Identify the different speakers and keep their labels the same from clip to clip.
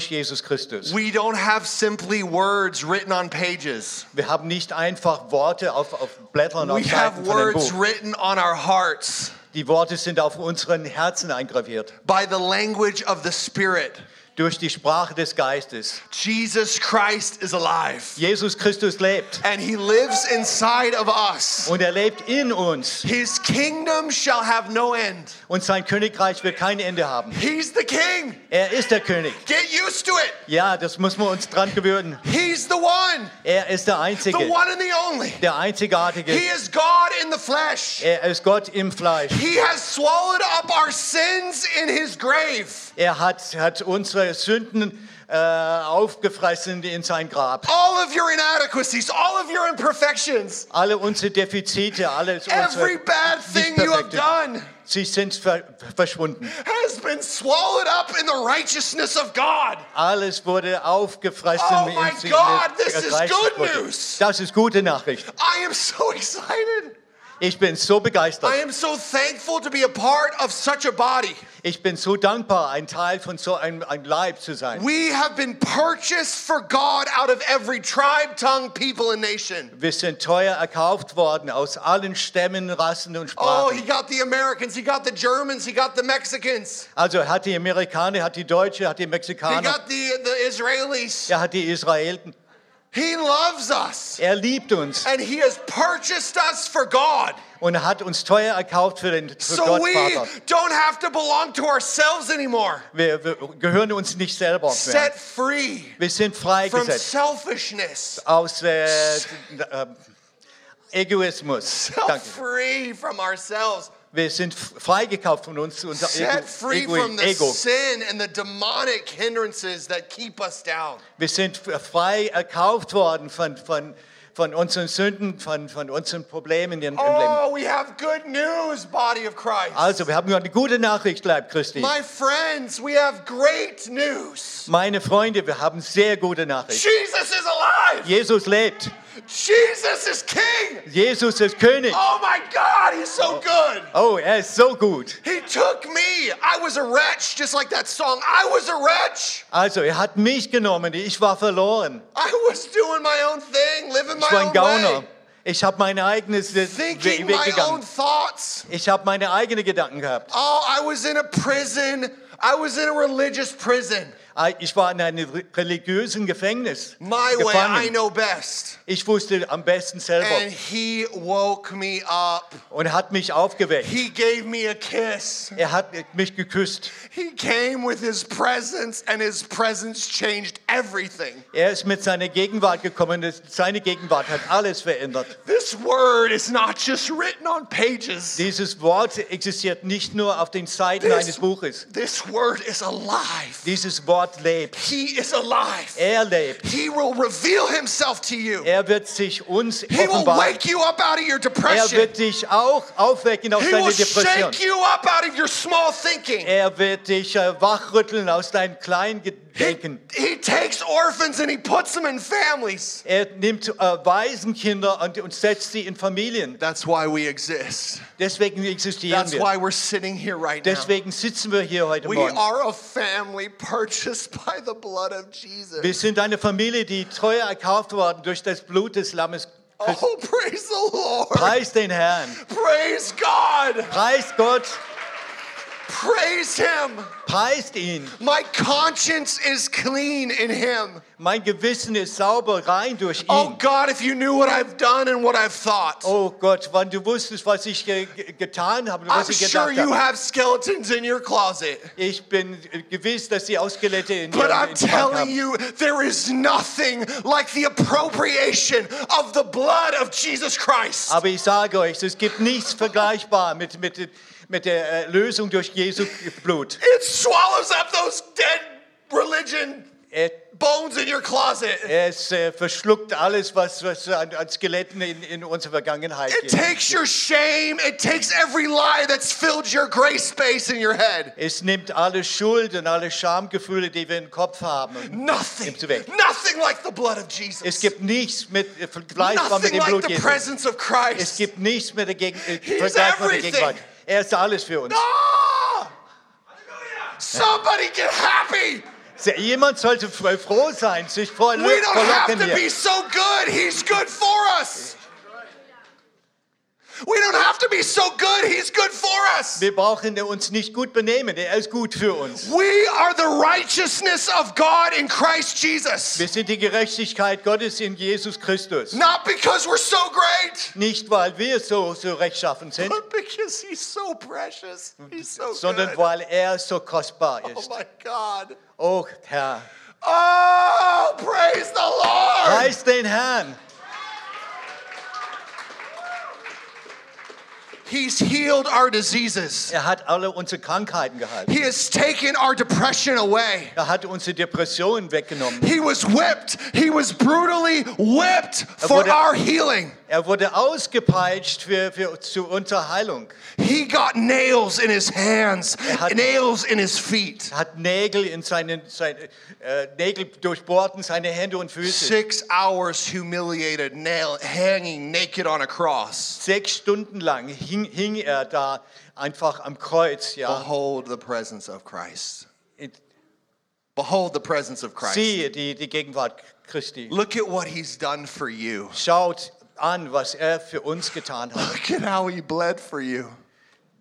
Speaker 1: durch Jesus Christus.
Speaker 2: We don't have simply words written on pages.
Speaker 1: Wir haben nicht einfach Worte auf, auf Blättern
Speaker 2: We
Speaker 1: auf Seiten
Speaker 2: have
Speaker 1: von dem
Speaker 2: words
Speaker 1: Buch.
Speaker 2: written on our hearts
Speaker 1: Die Worte sind auf unseren Herzen eingraviert
Speaker 2: by the language of the Spirit.
Speaker 1: durch die Sprache des Geistes.
Speaker 2: Jesus Christ is alive,
Speaker 1: Jesus Christus lebt
Speaker 2: and he lives inside of us.
Speaker 1: und er lebt in uns
Speaker 2: His kingdom shall have no end.
Speaker 1: und sein Königreich wird kein Ende haben.
Speaker 2: He's the king.
Speaker 1: Er ist der König.
Speaker 2: Get used to it.
Speaker 1: Ja, das müssen wir uns dran gewöhnen.
Speaker 2: He's the one,
Speaker 1: Er ist der
Speaker 2: the
Speaker 1: Einzige,
Speaker 2: one and the only.
Speaker 1: der
Speaker 2: He
Speaker 1: Einzigartige.
Speaker 2: is God in the flesh.
Speaker 1: Er ist Gott im Fleisch.
Speaker 2: He has swallowed up our sins in his grave.
Speaker 1: Er hat, hat unsere Sünden äh, aufgefressen in sein Grab.
Speaker 2: All of your inadequacies, all of your imperfections,
Speaker 1: Alle unsere Defizite, alles
Speaker 2: every
Speaker 1: unsere
Speaker 2: bad thing you have
Speaker 1: perfected.
Speaker 2: done
Speaker 1: Sie sind ver verschwunden.
Speaker 2: has been swallowed up in the righteousness of God.
Speaker 1: Alles wurde aufgefressen.
Speaker 2: Oh
Speaker 1: im
Speaker 2: my
Speaker 1: Sinne
Speaker 2: God, this
Speaker 1: des
Speaker 2: is
Speaker 1: Reiches
Speaker 2: good
Speaker 1: Gottes.
Speaker 2: news.
Speaker 1: Das ist gute Nachricht.
Speaker 2: I am so excited.
Speaker 1: Ich bin so
Speaker 2: I
Speaker 1: begeistert.
Speaker 2: am so thankful to be a part of such a body.
Speaker 1: Ich bin so dankbar, ein Teil von so einem, einem Leib zu sein.
Speaker 2: We have been purchased for God out of every tribe, tongue, people, and nation.
Speaker 1: Wir sind teuer erkauft worden aus allen Stämmen, Rassen und
Speaker 2: Oh,
Speaker 1: Sprachen.
Speaker 2: he got the Americans, he got the Germans, he got the Mexicans,
Speaker 1: Also er hat die Amerikaner, hat die Deutsche, hat die
Speaker 2: he
Speaker 1: Mexikaner,
Speaker 2: got the, the Israelis.
Speaker 1: er hat die Israeliten.
Speaker 2: He loves us.
Speaker 1: Er liebt uns
Speaker 2: And he has purchased us for God.
Speaker 1: und er hat uns teuer erkauft für den für
Speaker 2: So
Speaker 1: Gott
Speaker 2: we
Speaker 1: Vater.
Speaker 2: don't have to belong to ourselves anymore.
Speaker 1: Wir, wir gehören uns nicht selber mehr.
Speaker 2: Set free
Speaker 1: Wir sind
Speaker 2: from
Speaker 1: freigesetzt
Speaker 2: selfishness.
Speaker 1: aus äh, äh, Egoismus.
Speaker 2: Set
Speaker 1: Danke.
Speaker 2: free from ourselves.
Speaker 1: Wir sind freigekauft von uns, unser
Speaker 2: Set free
Speaker 1: Ego,
Speaker 2: from
Speaker 1: Ego,
Speaker 2: the
Speaker 1: Ego.
Speaker 2: sin and the demonic hindrances that keep us down.
Speaker 1: Wir sind frei erkauft worden von, von, von unseren Sünden, von, von unseren Problemen im, im Leben.
Speaker 2: Oh, we have good news, body of Christ.
Speaker 1: Also, wir haben eine gute Nachricht, Leib Christi.
Speaker 2: My friends, we have great news.
Speaker 1: Meine Freunde, wir haben sehr gute Nachricht.
Speaker 2: Jesus is alive.
Speaker 1: Jesus lebt.
Speaker 2: Jesus is king.
Speaker 1: Jesus ist König.
Speaker 2: Oh my God, he's so good.
Speaker 1: Oh, er ist so gut.
Speaker 2: He took me. I was a wretch, just like that song. I was a wretch.
Speaker 1: Also, er hat mich genommen. Ich war verloren.
Speaker 2: I was doing my own thing, living my
Speaker 1: Ich war ein
Speaker 2: own
Speaker 1: Gauner.
Speaker 2: way,
Speaker 1: Ich habe mein eigenes We- Weg
Speaker 2: thinking my own
Speaker 1: gegangen.
Speaker 2: thoughts.
Speaker 1: Ich habe meine eigenen Gedanken gehabt.
Speaker 2: Oh, I was in a prison. I was in a religious prison.
Speaker 1: Ah, Ich war in einem re- religiösen Gefängnis.
Speaker 2: My way, I
Speaker 1: Gefangen.
Speaker 2: know best.
Speaker 1: Ich wusste am besten
Speaker 2: And
Speaker 1: selber
Speaker 2: he woke me up.
Speaker 1: und hat mich aufgeweckt.
Speaker 2: He gave me a kiss.
Speaker 1: Er hat mich geküsst.
Speaker 2: He came with his presence, and his presence changed everything.
Speaker 1: Er ist mit seiner Gegenwart gekommen. Seine Gegenwart hat alles verändert.
Speaker 2: This word is not just written on pages.
Speaker 1: Dieses Wort existiert nicht nur auf den Seiten
Speaker 2: This-
Speaker 1: eines Buches.
Speaker 2: This word is alive.
Speaker 1: Dieses Wort lebt.
Speaker 2: He is alive.
Speaker 1: Er lebt.
Speaker 2: He will reveal himself to you.
Speaker 1: Er wird sich uns
Speaker 2: He will
Speaker 1: offenbaren.
Speaker 2: wake you up out of your
Speaker 1: Er
Speaker 2: depression.
Speaker 1: wird dich auch aufwecken aus
Speaker 2: He will
Speaker 1: deiner Depression.
Speaker 2: shake you up out of your small thinking.
Speaker 1: Er wird dich äh, wachrütteln aus deinem kleinen
Speaker 2: He,
Speaker 1: Gedenken.
Speaker 2: he takes orphans and he puts them in families.
Speaker 1: Er nimmt äh, Waisenkinder und, und setzt sie in Familien.
Speaker 2: That's why we exist.
Speaker 1: Deswegen existieren
Speaker 2: That's why
Speaker 1: wir.
Speaker 2: we're sitting here right now.
Speaker 1: Deswegen sitzen wir hier heute
Speaker 2: We
Speaker 1: Morgen.
Speaker 2: are a family purchased by the blood of
Speaker 1: Wir
Speaker 2: Jesus.
Speaker 1: sind eine Familie, die teuer erkauft worden durch das Blut des Lammes. Christi.
Speaker 2: Oh, praise the Lord.
Speaker 1: Preis den Herrn.
Speaker 2: Praise God.
Speaker 1: Preis Gott.
Speaker 2: Praise Him.
Speaker 1: Preist ihn.
Speaker 2: My conscience is clean in Him.
Speaker 1: Mein Gewissen ist sauber rein durch ihn.
Speaker 2: Oh
Speaker 1: Oh,
Speaker 2: God, if you knew what I've done and what I've thought.
Speaker 1: Gott, wann du wusstest, was ich ge ge- getan habe und
Speaker 2: I'm
Speaker 1: was ich
Speaker 2: sure
Speaker 1: gedacht
Speaker 2: you
Speaker 1: habe.
Speaker 2: have skeletons in your closet.
Speaker 1: Ich bin äh, gewiss, dass die Ausgelette in
Speaker 2: But
Speaker 1: ihrem-
Speaker 2: I'm
Speaker 1: in Schrank
Speaker 2: telling
Speaker 1: haben.
Speaker 2: you, there is nothing like the appropriation of the blood of Jesus Christ.
Speaker 1: Aber ich sage euch, es gibt nichts vergleichbar mit, mit, mit der äh, Lösung durch Jesu Blut.
Speaker 2: It swallows up those dead religion
Speaker 1: Er,
Speaker 2: bones in your closet.
Speaker 1: es äh, verschluckt alles, was, was an, an Skeletten in, in unserer Vergangenheit
Speaker 2: It
Speaker 1: gibt.
Speaker 2: takes your shame, it takes every lie that's filled your gray space in your head.
Speaker 1: Es nimmt alle Schuld und alle Schamgefühle, die wir im Kopf haben.
Speaker 2: Nothing,
Speaker 1: Nimm's weg.
Speaker 2: nothing like the blood of
Speaker 1: Es
Speaker 2: Jesus.
Speaker 1: gibt nichts mit äh, vergleichbar mit
Speaker 2: Nothing
Speaker 1: dem
Speaker 2: like
Speaker 1: Blut
Speaker 2: the
Speaker 1: Jesu.
Speaker 2: presence of
Speaker 1: Es
Speaker 2: Christ.
Speaker 1: gibt nichts mit der Gegen äh,
Speaker 2: He is
Speaker 1: vergleichbar mit der
Speaker 2: everything.
Speaker 1: Gegenwart. Er ist alles für uns.
Speaker 2: Ah! Somebody get happy!
Speaker 1: Se- Jemand sollte fr- froh sein, sich vor
Speaker 2: We
Speaker 1: Lügen
Speaker 2: don't have
Speaker 1: verlocken
Speaker 2: to be
Speaker 1: wir.
Speaker 2: so good. He's good for us. We don't have to be so good. He's good for us.
Speaker 1: Wir brauchen uns nicht gut benehmen, er ist gut für uns.
Speaker 2: We are the righteousness of God in Christ Jesus.
Speaker 1: Wir sind die Gerechtigkeit Gottes in Jesus Christus.
Speaker 2: Not because we're so great,
Speaker 1: Nicht, weil wir so, so rechtschaffen sind,
Speaker 2: but because He's so precious. He's so
Speaker 1: sondern
Speaker 2: good.
Speaker 1: weil er so kostbar
Speaker 2: Oh
Speaker 1: ist.
Speaker 2: my God.
Speaker 1: Oh Herr,
Speaker 2: Oh, praise the Lord.
Speaker 1: preis den Herrn.
Speaker 2: He's healed our diseases.
Speaker 1: Er hat alle unsere Krankheiten gehalten.
Speaker 2: He has taken our depression away.
Speaker 1: Er hat unsere Depressionen weggenommen.
Speaker 2: He was whipped. He was brutally whipped for
Speaker 1: wurde-
Speaker 2: our healing.
Speaker 1: Er wurde ausgepeitscht für, für, zu unserer Heilung.
Speaker 2: He got nails in his hands,
Speaker 1: hat-
Speaker 2: nails in his feet.
Speaker 1: Er hat Nägel in seinen seine, äh, Nägel durchbohrten seine Hände und Füße.
Speaker 2: Six hours humiliated, nail, hanging naked on a cross.
Speaker 1: Sechs Stunden lang hing, hing er da einfach am Kreuz. Ja.
Speaker 2: Behold the presence of Christ.
Speaker 1: It-
Speaker 2: Behold the presence of Christ.
Speaker 1: Siehe die, die Gegenwart Christi.
Speaker 2: Look at what he's done for you.
Speaker 1: Schaut an, was er für uns getan hat.
Speaker 2: Look at how he bled for you.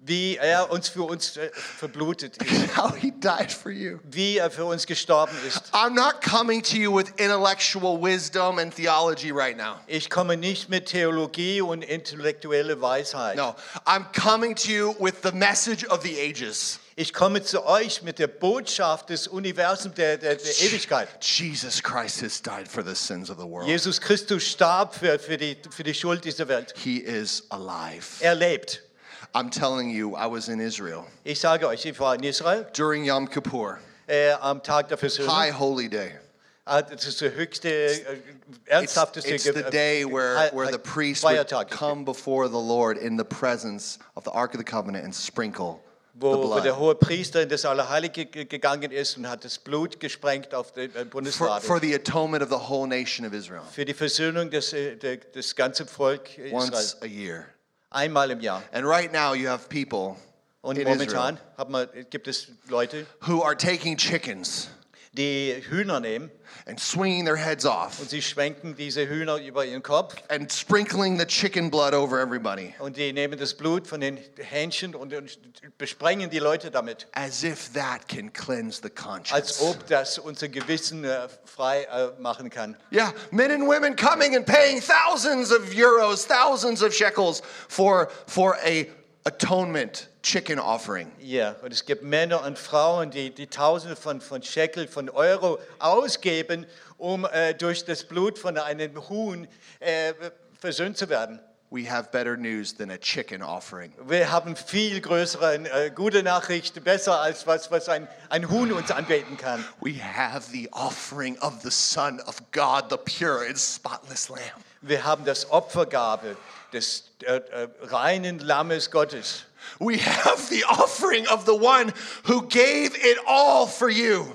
Speaker 1: Wie er uns für uns äh, verblutet ist.
Speaker 2: How he died for you.
Speaker 1: Wie er für uns gestorben ist.
Speaker 2: I'm not coming to you with intellectual wisdom and theology right now.
Speaker 1: Ich komme nicht mit Theologie und intellektuelle Weisheit.
Speaker 2: No, I'm coming to you with the message of the ages.
Speaker 1: Ich komme zu euch mit der Botschaft des Universums der, der, der Ewigkeit.
Speaker 2: Jesus Christ has died for the sins of the world.
Speaker 1: Jesus Christus starb für, für, die, für die Schuld dieser Welt.
Speaker 2: He is alive.
Speaker 1: Er lebt.
Speaker 2: I'm telling you, I was in Israel
Speaker 1: Ich sage euch, ich war in Israel
Speaker 2: during Yom Kippur,
Speaker 1: äh, am Tag der Versöhnung.
Speaker 2: High Holy Day.
Speaker 1: Ah, Das ist der höchste, äh,
Speaker 2: It's,
Speaker 1: ernsthafteste
Speaker 2: it's
Speaker 1: Ge-
Speaker 2: the day where,
Speaker 1: Heil-
Speaker 2: where the priest would
Speaker 1: Feiertag,
Speaker 2: come before the Lord in the presence of the Ark of the Covenant and sprinkle the
Speaker 1: wo, wo der
Speaker 2: blood
Speaker 1: hohe Priester in das Allerheilige ge- gegangen ist und hat das Blut gesprengt auf den äh,
Speaker 2: for,
Speaker 1: Bundeslade.
Speaker 2: for the atonement of the whole nation of Israel
Speaker 1: für die Versöhnung des, äh, der, des ganzen Volk Israel.
Speaker 2: once a year.
Speaker 1: Einmal im Jahr.
Speaker 2: And right now you have people in
Speaker 1: Und
Speaker 2: Israel
Speaker 1: momentan hat man, gibt es Leute,
Speaker 2: who are taking chickens
Speaker 1: die Hühner nehmen
Speaker 2: and swinging their heads off
Speaker 1: und sie schwenken diese Hühner über ihren Kopf
Speaker 2: and sprinkling the chicken blood over everybody.
Speaker 1: und die nehmen das Blut von den Hähnchen und, und besprengen die Leute damit.
Speaker 2: as if that can cleanse the conscience.
Speaker 1: Als ob das unser Gewissen äh, frei äh, machen kann.
Speaker 2: Yeah, men and women coming and paying thousands of euros, thousands of shekels for for a atonement chicken offering.
Speaker 1: Ja, und es gibt Männer und Frauen, die, die Tausende von, von Shekel, von Euro ausgeben, um äh, durch das Blut von einem Huhn äh, versöhnt zu werden.
Speaker 2: We have better news than a chicken offering.
Speaker 1: Wir haben viel größere, äh, gute Nachricht, besser als was, was ein, ein Huhn uns anbeten kann.
Speaker 2: We have the offering of the Son of God, the pure and spotless Lamb.
Speaker 1: Wir haben das Opfergabe des äh, äh, reinen Lammes Gottes.
Speaker 2: We have the offering of the one who gave it all for you.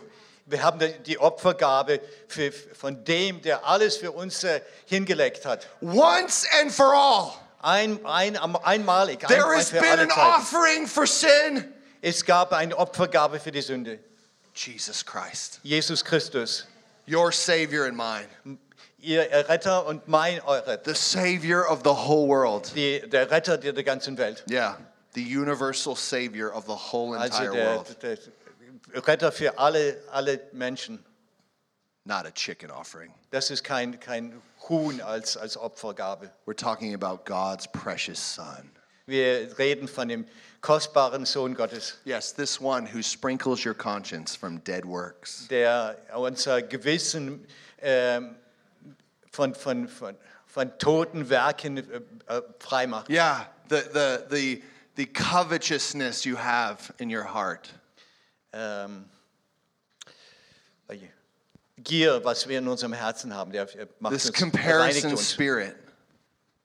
Speaker 1: Wir haben die- die Opfergabe für, von dem, der alles für uns äh, hingelegt hat.
Speaker 2: Once and for all.
Speaker 1: Ein, ein, am- einmalig, ein,
Speaker 2: There
Speaker 1: ein
Speaker 2: has
Speaker 1: für
Speaker 2: been
Speaker 1: alle
Speaker 2: an
Speaker 1: Zeiten.
Speaker 2: offering for sin.
Speaker 1: Es gab eine Opfergabe für die Sünde.
Speaker 2: Jesus Christ.
Speaker 1: Jesus Christus,
Speaker 2: your Savior and mine,
Speaker 1: ihr Retter und mein Retter.
Speaker 2: the Savior of the whole world.
Speaker 1: Die, der Retter der, der ganzen Welt.
Speaker 2: Yeah, the universal Savior of the whole
Speaker 1: Also
Speaker 2: entire
Speaker 1: der,
Speaker 2: world.
Speaker 1: der Retter für alle, alle Menschen.
Speaker 2: Not a chicken offering.
Speaker 1: Das ist kein, kein Huhn als, als Opfergabe.
Speaker 2: We're talking about God's precious Son.
Speaker 1: Wir reden von dem kostbaren Sohn Gottes,
Speaker 2: Yes, this one who sprinkles your conscience from dead works.
Speaker 1: der unser Gewissen ähm, von, von, von, von toten Werken äh, äh, frei macht.
Speaker 2: Yeah, the, the, the, the covetousness you have in your heart.
Speaker 1: Ähm, Gier, was wir in unserem Herzen haben, der äh, macht
Speaker 2: This
Speaker 1: uns, er reinigt
Speaker 2: comparison
Speaker 1: uns.
Speaker 2: spirit.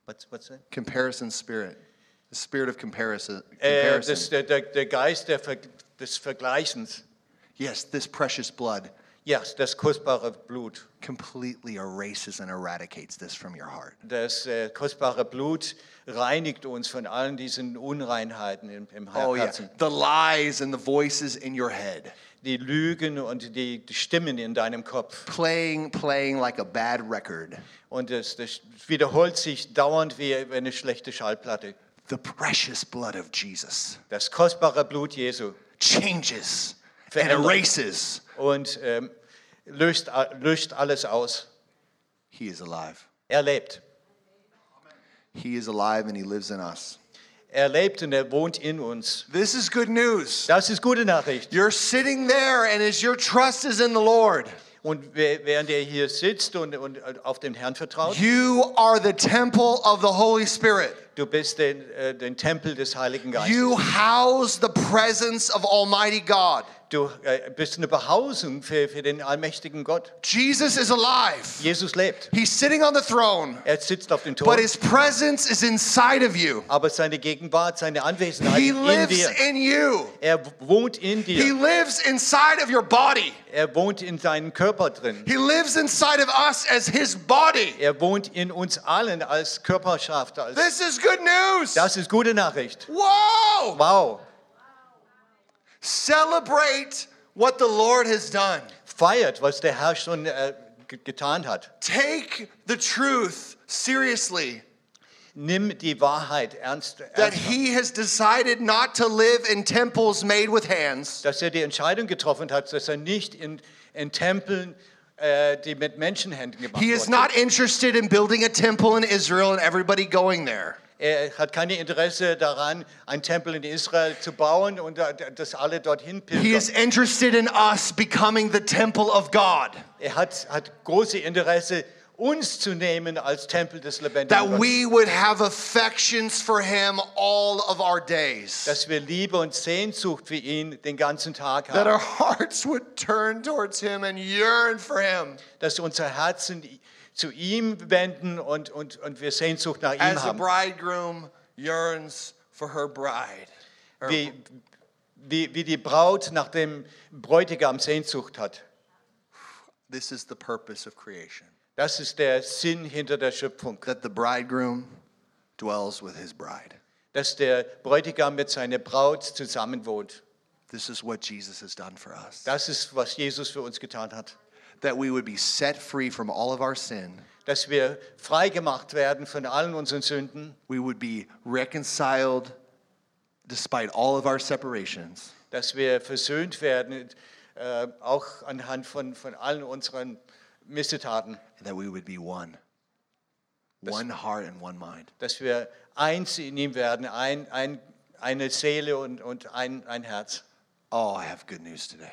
Speaker 1: Was, was denn?
Speaker 2: Comparison spirit. The spirit of comparison.
Speaker 1: Äh,
Speaker 2: comparison.
Speaker 1: das, der, der, der Geist der Ver, des Vergleichens.
Speaker 2: yes, this precious blood
Speaker 1: yes, das kostbare Blut.
Speaker 2: completely erases and eradicates this from your heart.
Speaker 1: Das äh, kostbare Blut reinigt uns von allen diesen Unreinheiten im, im
Speaker 2: Oh, yeah.
Speaker 1: Herzen.
Speaker 2: The lies and the voices in your head.
Speaker 1: Die Lügen und die, die Stimmen in deinem Kopf.
Speaker 2: Playing, playing like a bad record.
Speaker 1: Und das, das wiederholt sich dauernd wie eine schlechte Schallplatte.
Speaker 2: The precious blood of Jesus
Speaker 1: Das kostbare Blut Jesu
Speaker 2: changes and
Speaker 1: Verändert.
Speaker 2: erases.
Speaker 1: und ähm, löst, a- löst alles aus.
Speaker 2: He is alive.
Speaker 1: Er lebt.
Speaker 2: He is alive and he lives in us.
Speaker 1: Er lebt und er wohnt in uns.
Speaker 2: This is good news.
Speaker 1: Das ist gute Nachricht.
Speaker 2: You're sitting there, and as your trust is in the Lord,
Speaker 1: Und wer- während er hier sitzt und, und auf den Herrn vertraut,
Speaker 2: you are the temple of the Holy Spirit.
Speaker 1: du bist den, äh, den Tempel des Heiligen Geistes.
Speaker 2: You house the presence of Almighty God.
Speaker 1: Du äh, bist eine Behausung für, für den allmächtigen Gott.
Speaker 2: Jesus is alive.
Speaker 1: Jesus lebt.
Speaker 2: He's sitting on the throne,
Speaker 1: Er sitzt auf dem
Speaker 2: but
Speaker 1: Thron,
Speaker 2: his presence is inside of you.
Speaker 1: aber seine Gegenwart, seine Anwesenheit
Speaker 2: He
Speaker 1: in
Speaker 2: lives
Speaker 1: dir.
Speaker 2: in you.
Speaker 1: Er wohnt in
Speaker 2: He
Speaker 1: dir.
Speaker 2: lives inside of your body.
Speaker 1: Er wohnt in deinem Körper drin.
Speaker 2: He lives inside of us as his body.
Speaker 1: Er wohnt in uns allen als Körperschaft. Als
Speaker 2: This is good news.
Speaker 1: das ist gute Nachricht.
Speaker 2: Whoa!
Speaker 1: Wow.
Speaker 2: Celebrate what the Lord has done.
Speaker 1: Feiert, was der Herr schon äh, ge- getan hat.
Speaker 2: Take the truth seriously
Speaker 1: Nimm die Wahrheit ernst.
Speaker 2: that
Speaker 1: ernst
Speaker 2: he has decided not to live in temples made with hands,
Speaker 1: dass er die Entscheidung getroffen hat, dass er nicht in, in Tempeln, äh, die mit Menschenhänden gemacht
Speaker 2: He is
Speaker 1: wurden.
Speaker 2: not interested in building a temple in Israel and everybody going there.
Speaker 1: Er hat keine Interesse daran, einen Tempel in Israel zu bauen und da- dass alle dorthin
Speaker 2: He is
Speaker 1: pilgern.
Speaker 2: interested in us becoming the temple of God.
Speaker 1: Er hat, hat große Interesse, uns zu nehmen als Tempel des lebendigen
Speaker 2: That
Speaker 1: Gottes.
Speaker 2: we would have affections for him all of our days.
Speaker 1: Dass wir Liebe und Sehnsucht für ihn den ganzen Tag
Speaker 2: That
Speaker 1: haben.
Speaker 2: our hearts would turn towards him and yearn for him
Speaker 1: Dass unser Herzen i- zu ihm wenden und, und, und wir Sehnsucht nach ihm
Speaker 2: as a
Speaker 1: haben.
Speaker 2: bridegroom yearns for her bride. Or-
Speaker 1: Wie, wie, wie die Braut nach dem Bräutigam Sehnsucht hat.
Speaker 2: This is the purpose of creation
Speaker 1: Das ist der Sinn hinter der Schöpfung.
Speaker 2: that the bridegroom dwells with his bride.
Speaker 1: Dass der Bräutigam mit seiner Braut zusammenwohnt.
Speaker 2: This is what Jesus has done for us.
Speaker 1: Das ist, was Jesus für uns getan hat.
Speaker 2: that we would be set free from all of our sin.
Speaker 1: Dass wir frei gemacht werden von allen unseren Sünden.
Speaker 2: We would be reconciled despite all of our separations.
Speaker 1: Dass wir versöhnt werden, äh, auch anhand von, von allen unseren Missetaten.
Speaker 2: And that we would be one. One heart and one mind.
Speaker 1: Dass wir eins in ihm werden, ein, ein, eine Seele und, und ein, ein Herz.
Speaker 2: Oh, I have good news today.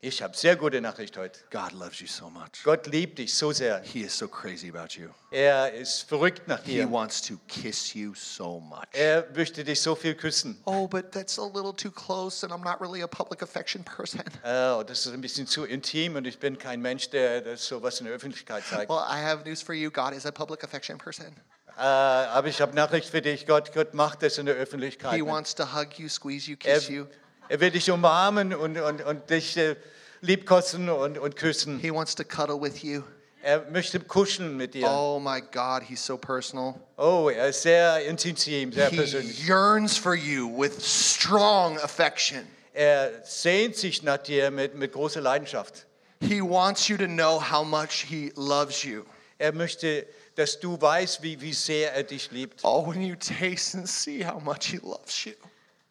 Speaker 1: Ich habe sehr gute Nachricht heute.
Speaker 2: God loves you so much.
Speaker 1: Gott liebt dich so sehr.
Speaker 2: He is so crazy about you.
Speaker 1: Er ist verrückt nach
Speaker 2: He
Speaker 1: dir.
Speaker 2: wants to kiss you so much.
Speaker 1: Er möchte dich so viel küssen.
Speaker 2: Oh, but that's a little too close, and I'm not really a public affection person.
Speaker 1: Oh, das ist ein bisschen zu intim und ich bin kein Mensch, der das sowas in der Öffentlichkeit zeigt.
Speaker 2: Well, I have news for you. God is a public affection person.
Speaker 1: Äh, aber ich habe Nachricht für dich. Gott, Gott macht das in der Öffentlichkeit.
Speaker 2: He wants to hug you, squeeze you,
Speaker 1: Er,
Speaker 2: kiss you.
Speaker 1: er will dich umarmen und, und, und dich äh, liebkosten und, und küssen.
Speaker 2: He wants to cuddle with you.
Speaker 1: Er möchte kuscheln mit dir.
Speaker 2: Oh my God, he's so personal.
Speaker 1: Oh, er ist sehr intim, sehr
Speaker 2: he
Speaker 1: persönlich.
Speaker 2: yearns for you with strong affection.
Speaker 1: Er sehnt sich nach dir mit, mit großer Leidenschaft.
Speaker 2: He wants you to know how much he loves you.
Speaker 1: Er möchte, dass du weißt, wie, wie sehr er dich liebt.
Speaker 2: Oh, when you taste and see how much he loves you.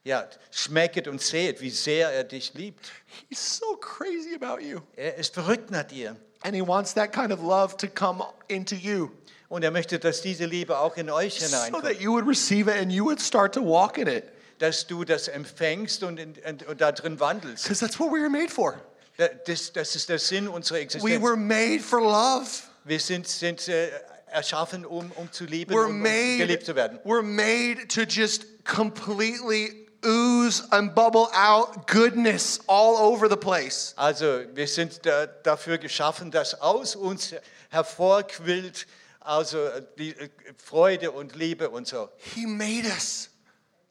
Speaker 1: Ja, schmecket und sehet, wie sehr er dich liebt.
Speaker 2: He's so crazy about you.
Speaker 1: Er ist verrückt nach dir.
Speaker 2: And he wants that kind of love to come into you
Speaker 1: Und er möchte, dass diese Liebe auch in euch
Speaker 2: so
Speaker 1: hineinkommt,
Speaker 2: that you would receive it and you would start to walk in it.
Speaker 1: dass du das empfängst und, in- und, und da drin wandelst.
Speaker 2: Because that's what we were made for.
Speaker 1: Da- Das, das ist der Sinn unserer
Speaker 2: We
Speaker 1: Existenz.
Speaker 2: were made for love.
Speaker 1: Wir sind, sind äh, erschaffen, um, um zu lieben
Speaker 2: We're
Speaker 1: und um
Speaker 2: made,
Speaker 1: geliebt zu werden.
Speaker 2: we're made to just completely ooze and bubble out goodness all over the place.
Speaker 1: Also wir sind da, dafür geschaffen, dass aus uns hervorquillt also äh, die äh, Freude und Liebe und so.
Speaker 2: He made us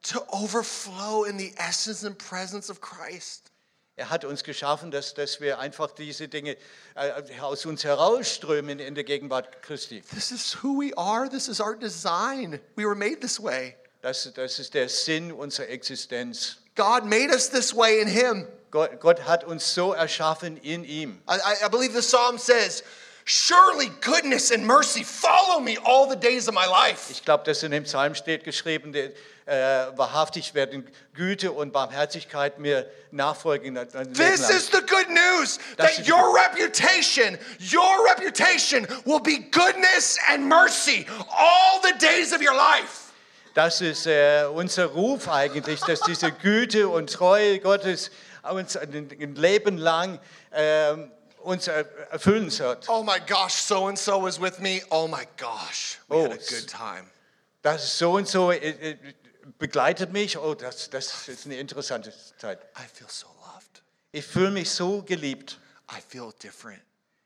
Speaker 2: to overflow in the essence and presence of Christ.
Speaker 1: Er hat uns geschaffen, dass, dass wir einfach diese Dinge äh, aus uns herausströmen in der Gegenwart Christi.
Speaker 2: This is who we are. This is our design. We were made this way.
Speaker 1: Das, das ist der Sinn unserer Existenz.
Speaker 2: God made us this way in Him.
Speaker 1: Gott, Gott hat uns so erschaffen in ihm.
Speaker 2: I, I- I believe the psalm says, Surely goodness and mercy follow me all the days of my life.
Speaker 1: Ich glaube, das in dem Psalm steht geschrieben, der, äh, wahrhaftig werden Güte und Barmherzigkeit mir nachfolgen. mein Leben
Speaker 2: This
Speaker 1: lang.
Speaker 2: is the good news
Speaker 1: That's
Speaker 2: that
Speaker 1: it.
Speaker 2: your reputation, your reputation will be goodness and mercy all the days of your life.
Speaker 1: Das ist äh, unser Ruf eigentlich, dass diese Güte und Treue Gottes uns ein ein Leben lang ähm, uns er- erfüllen wird.
Speaker 2: Oh my gosh, so and so was with me. Oh my gosh, we had
Speaker 1: Oh,
Speaker 2: a
Speaker 1: s-
Speaker 2: good time.
Speaker 1: Das ist so und so äh, äh, begleitet mich. Oh, das, das ist eine interessante Zeit.
Speaker 2: I feel so loved.
Speaker 1: Ich fühle mich so geliebt.
Speaker 2: I feel different.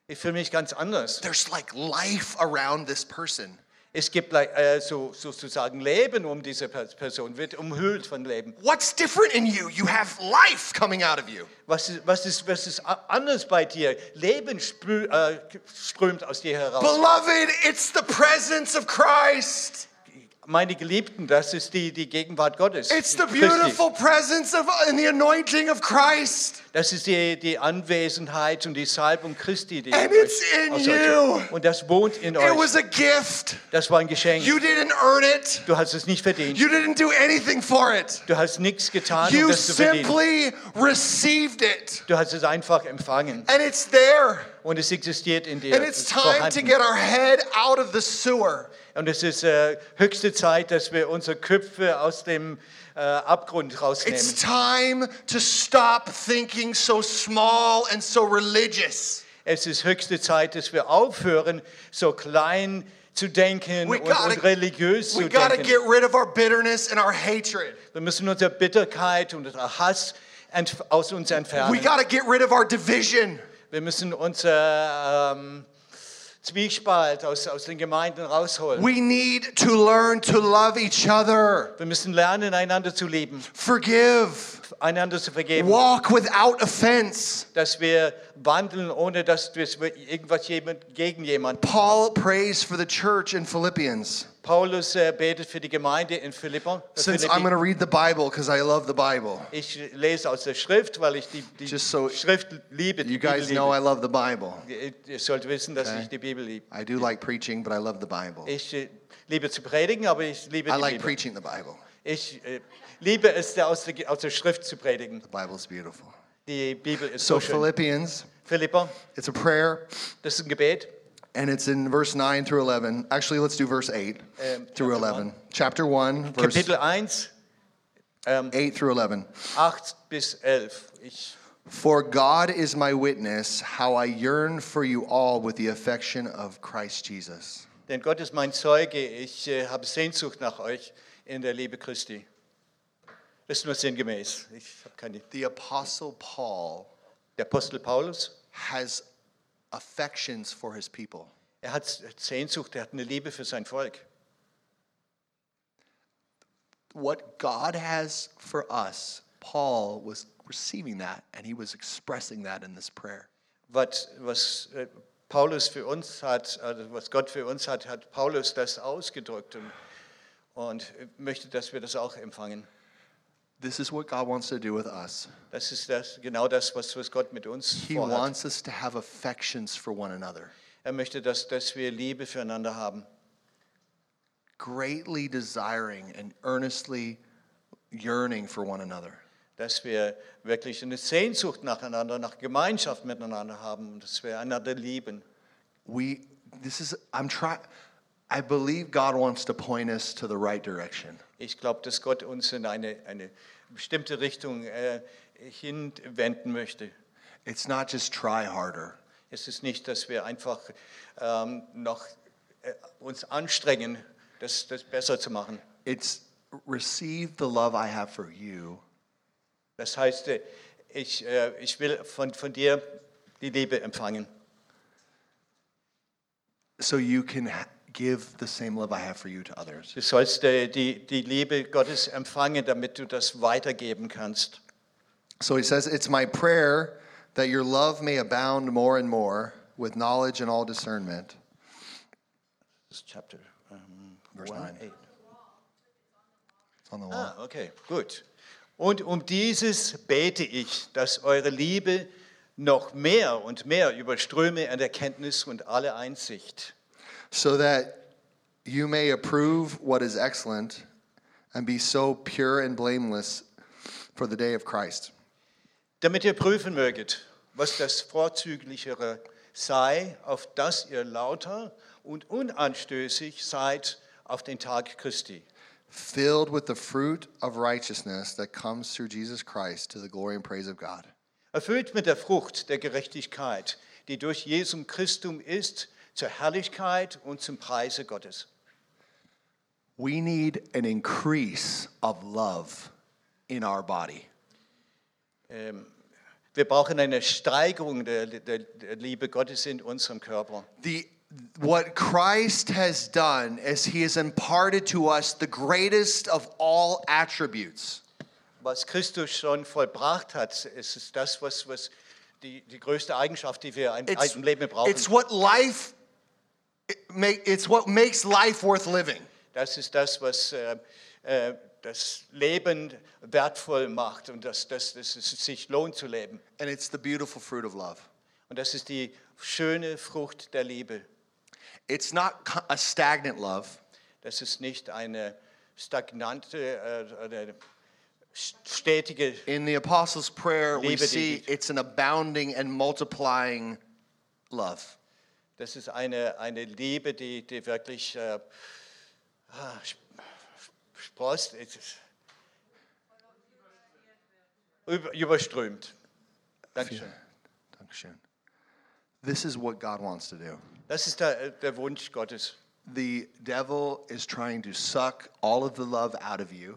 Speaker 1: Ich fühle mich ganz anders.
Speaker 2: There's like life around this person.
Speaker 1: Es gibt like, äh, so, sozusagen Leben um diese Per- Person, wird umhüllt von Leben.
Speaker 2: What's different in you? You have life coming out of you.
Speaker 1: Was ist, was ist, was ist a- anders bei dir? Leben sprü äh, strömt aus dir heraus.
Speaker 2: Beloved, it's the presence of Christ.
Speaker 1: Meine Geliebten, das ist die, die Gegenwart Gottes.
Speaker 2: It's the
Speaker 1: Christi.
Speaker 2: beautiful presence of and the anointing of Christ.
Speaker 1: Das ist die, die Anwesenheit und die Salbung Christi. Die
Speaker 2: And
Speaker 1: euch
Speaker 2: it's in
Speaker 1: aus euch-
Speaker 2: you.
Speaker 1: Und das wohnt in
Speaker 2: It
Speaker 1: euch.
Speaker 2: was a gift.
Speaker 1: das war ein Geschenk.
Speaker 2: You didn't earn it.
Speaker 1: du hast es nicht verdient.
Speaker 2: You didn't do anything for it.
Speaker 1: du hast nichts getan, um
Speaker 2: You
Speaker 1: das zu verdienen.
Speaker 2: simply received it.
Speaker 1: Du hast es einfach empfangen.
Speaker 2: And it's there.
Speaker 1: Und es existiert in dir. halt
Speaker 2: And
Speaker 1: Es
Speaker 2: it's
Speaker 1: ist
Speaker 2: time to
Speaker 1: vorhanden.
Speaker 2: get our head out of the sewer.
Speaker 1: Und es ist äh, höchste Zeit, dass wir unsere Köpfe aus dem äh, Abgrund rausnehmen.
Speaker 2: It's time to stop thinking so small and so religious.
Speaker 1: Es ist höchste Zeit, dass wir aufhören, so klein zu denken
Speaker 2: We
Speaker 1: und,
Speaker 2: gotta-
Speaker 1: und religiös
Speaker 2: We
Speaker 1: zu
Speaker 2: got to
Speaker 1: denken.
Speaker 2: get rid of our bitterness and our hatred.
Speaker 1: wir müssen unsere Bitterkeit und unseren Hass entf- aus uns entfernen.
Speaker 2: We got to get rid of our division.
Speaker 1: wir müssen unser ähm, Zwiespalt aus, aus den Gemeinden rausholen.
Speaker 2: We need to learn to love each other,
Speaker 1: wir müssen lernen, einander zu lieben,
Speaker 2: forgive,
Speaker 1: einander zu vergeben,
Speaker 2: walk without offense.
Speaker 1: dass wir wandeln, ohne dass wir irgendwas jemand, gegen jemanden.
Speaker 2: Paul prays for the church in Philippians.
Speaker 1: Paulus äh, betet für die Gemeinde in Philippa.
Speaker 2: Since
Speaker 1: Philippi.
Speaker 2: I'm going to read the Bible because I love the Bible.
Speaker 1: Ich lese aus der Schrift, weil ich die, die
Speaker 2: Just so
Speaker 1: Schrift liebe. Die
Speaker 2: You guys
Speaker 1: Bibel
Speaker 2: know I
Speaker 1: liebe.
Speaker 2: love the Bible.
Speaker 1: Ihr sollt wissen, dass
Speaker 2: Okay.
Speaker 1: ich die Bibel liebe.
Speaker 2: I do like preaching, but I love the Bible.
Speaker 1: Ich äh, liebe zu predigen, aber ich liebe
Speaker 2: I
Speaker 1: die
Speaker 2: like
Speaker 1: Bibel.
Speaker 2: preaching the Bible.
Speaker 1: Ich äh, liebe es, da aus der, aus der Schrift zu predigen.
Speaker 2: The Bible's beautiful.
Speaker 1: Die Bibel ist
Speaker 2: So
Speaker 1: so schön.
Speaker 2: Philippians,
Speaker 1: Philippa,
Speaker 2: it's a prayer,
Speaker 1: das ist ein Gebet.
Speaker 2: and it's in verse 9 through 11. Actually, let's do verse 8
Speaker 1: Ähm,
Speaker 2: through
Speaker 1: Kapitel
Speaker 2: 11. Um, Chapter 1, verse
Speaker 1: Kapitel 1,
Speaker 2: 8 through 11.
Speaker 1: 8 bis 11. Ich,
Speaker 2: For God is my witness, how I yearn for you all with the affection of Christ Jesus.
Speaker 1: denn Gott ist mein Zeuge, ich äh, habe Sehnsucht nach euch in der Liebe Christi. Das ist nur sinngemäß. Ich habe keine.
Speaker 2: The Apostle Paul
Speaker 1: Der Apostel Paulus.
Speaker 2: has affections for his people.
Speaker 1: Er hat Sehnsucht, er hat eine Liebe für sein Volk.
Speaker 2: What God has for us, Paul was receiving that and he was expressing that in this prayer.
Speaker 1: Was, was äh, Paulus für uns hat, also was Gott für uns hat, hat Paulus das ausgedrückt und, und möchte, dass wir das auch empfangen.
Speaker 2: This is what God wants to do with us.
Speaker 1: Das ist das, genau das, was, was Gott mit uns
Speaker 2: He
Speaker 1: vorhat.
Speaker 2: wants us to have affections for one another,
Speaker 1: Er möchte, dass, dass wir Liebe füreinander haben.
Speaker 2: greatly desiring and earnestly yearning for one another.
Speaker 1: Dass wir wirklich eine Sehnsucht nacheinander, nach Gemeinschaft miteinander haben und dass wir einander lieben.
Speaker 2: we this is i'm trying i believe god wants to point us to the right direction
Speaker 1: Ich glaube, dass Gott uns in eine, eine bestimmte Richtung äh, hinwenden möchte.
Speaker 2: it's not just try harder
Speaker 1: Es ist nicht, dass wir einfach ähm, noch äh, uns anstrengen, das, das besser zu machen.
Speaker 2: it's receive the love i have for you
Speaker 1: Das heißt, äh, ich, äh, ich will von, von dir die Liebe empfangen,
Speaker 2: so you can ha- give the same love i have for you to others
Speaker 1: Du sollst äh, die, die Liebe Gottes empfangen, damit du das weitergeben kannst.
Speaker 2: So he says, It's my prayer that your love may abound more and more with knowledge and all discernment.
Speaker 1: Das ist chapter um,
Speaker 2: Verse
Speaker 1: 1,
Speaker 2: nine.
Speaker 1: 8.
Speaker 2: It's on the wall.
Speaker 1: Ah, okay, gut. Und um dieses bete ich, dass eure Liebe noch mehr und mehr überströme an Erkenntnis und alle Einsicht.
Speaker 2: so that you may approve what is excellent and be so pure and blameless for the day of Christ,
Speaker 1: damit ihr prüfen möget, was das Vorzüglichere sei, auf das ihr lauter und unanstößig seid auf den Tag Christi.
Speaker 2: filled with the fruit of righteousness that comes through Jesus Christ to the glory and praise of God.
Speaker 1: Erfüllt mit der Frucht der Gerechtigkeit, die durch Jesum Christum ist, zur Herrlichkeit und zum Preise Gottes.
Speaker 2: We need an increase of love in our body.
Speaker 1: Ähm, wir brauchen eine Steigerung der, der, der Liebe Gottes in unserem Körper.
Speaker 2: The what Christ has done is he has imparted to us the greatest of all attributes.
Speaker 1: Was Christus schon vollbracht hat, ist es das, was, was die, die größte Eigenschaft, die wir im
Speaker 2: It's,
Speaker 1: alten Leben brauchen.
Speaker 2: it's what life it make, it's what makes life worth living.
Speaker 1: Das ist das, was äh, äh, das Leben wertvoll macht und dass das, das es sich lohnt zu leben.
Speaker 2: And it's the beautiful fruit of love.
Speaker 1: Und das ist die schöne Frucht der Liebe.
Speaker 2: It's not co- a stagnant love.
Speaker 1: Das ist nicht eine stagnante äh, oder stetige.
Speaker 2: In the apostles' prayer, we
Speaker 1: Liebe, die
Speaker 2: see
Speaker 1: geht.
Speaker 2: it's an abounding and multiplying love.
Speaker 1: Das ist eine, eine Liebe, die, die wirklich äh, ah, sp- sprost, es ist über, überströmt. Dankeschön.
Speaker 2: Dankeschön. This is what God wants to do.
Speaker 1: Das ist der, der Wunsch Gottes.
Speaker 2: The devil is trying to suck all of the love out of you.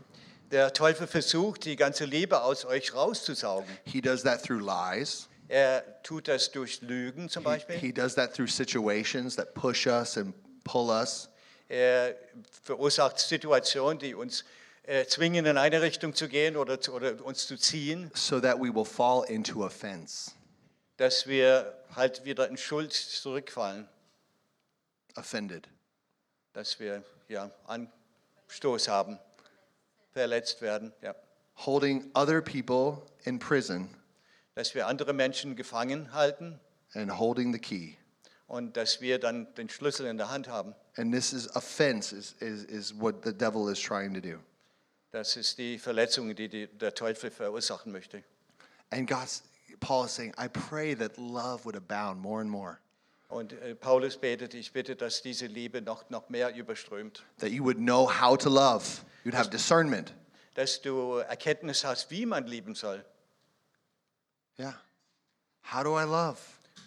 Speaker 1: Der Teufel versucht, die ganze Liebe aus euch rauszusaugen.
Speaker 2: He does that through lies.
Speaker 1: Er tut das durch Lügen zum
Speaker 2: He,
Speaker 1: Beispiel.
Speaker 2: he does that through situations that push us and pull us.
Speaker 1: er verursacht Situationen, die uns äh, zwingen, in eine Richtung zu gehen oder, zu, oder uns zu ziehen,
Speaker 2: so that we will fall into offense.
Speaker 1: dass wir halt wieder in Schuld zurückfallen,
Speaker 2: Offended.
Speaker 1: dass wir ja, Anstoß haben, verletzt werden, ja.
Speaker 2: Holding other people in prison
Speaker 1: dass wir andere Menschen gefangen halten
Speaker 2: and holding the key.
Speaker 1: und dass wir dann den Schlüssel in der Hand haben.
Speaker 2: And this is offense is, is, is what the devil is trying to do.
Speaker 1: Das ist die Verletzung, die, die der Teufel verursachen möchte.
Speaker 2: And God's Paul is saying, I pray that love would abound more and more,
Speaker 1: Und äh, Paulus betet, ich bitte, dass diese Liebe noch, noch mehr überströmt,
Speaker 2: that you would know how to love. You'd have discernment.
Speaker 1: dass du Erkenntnis hast, wie man lieben soll.
Speaker 2: Yeah. How do I love?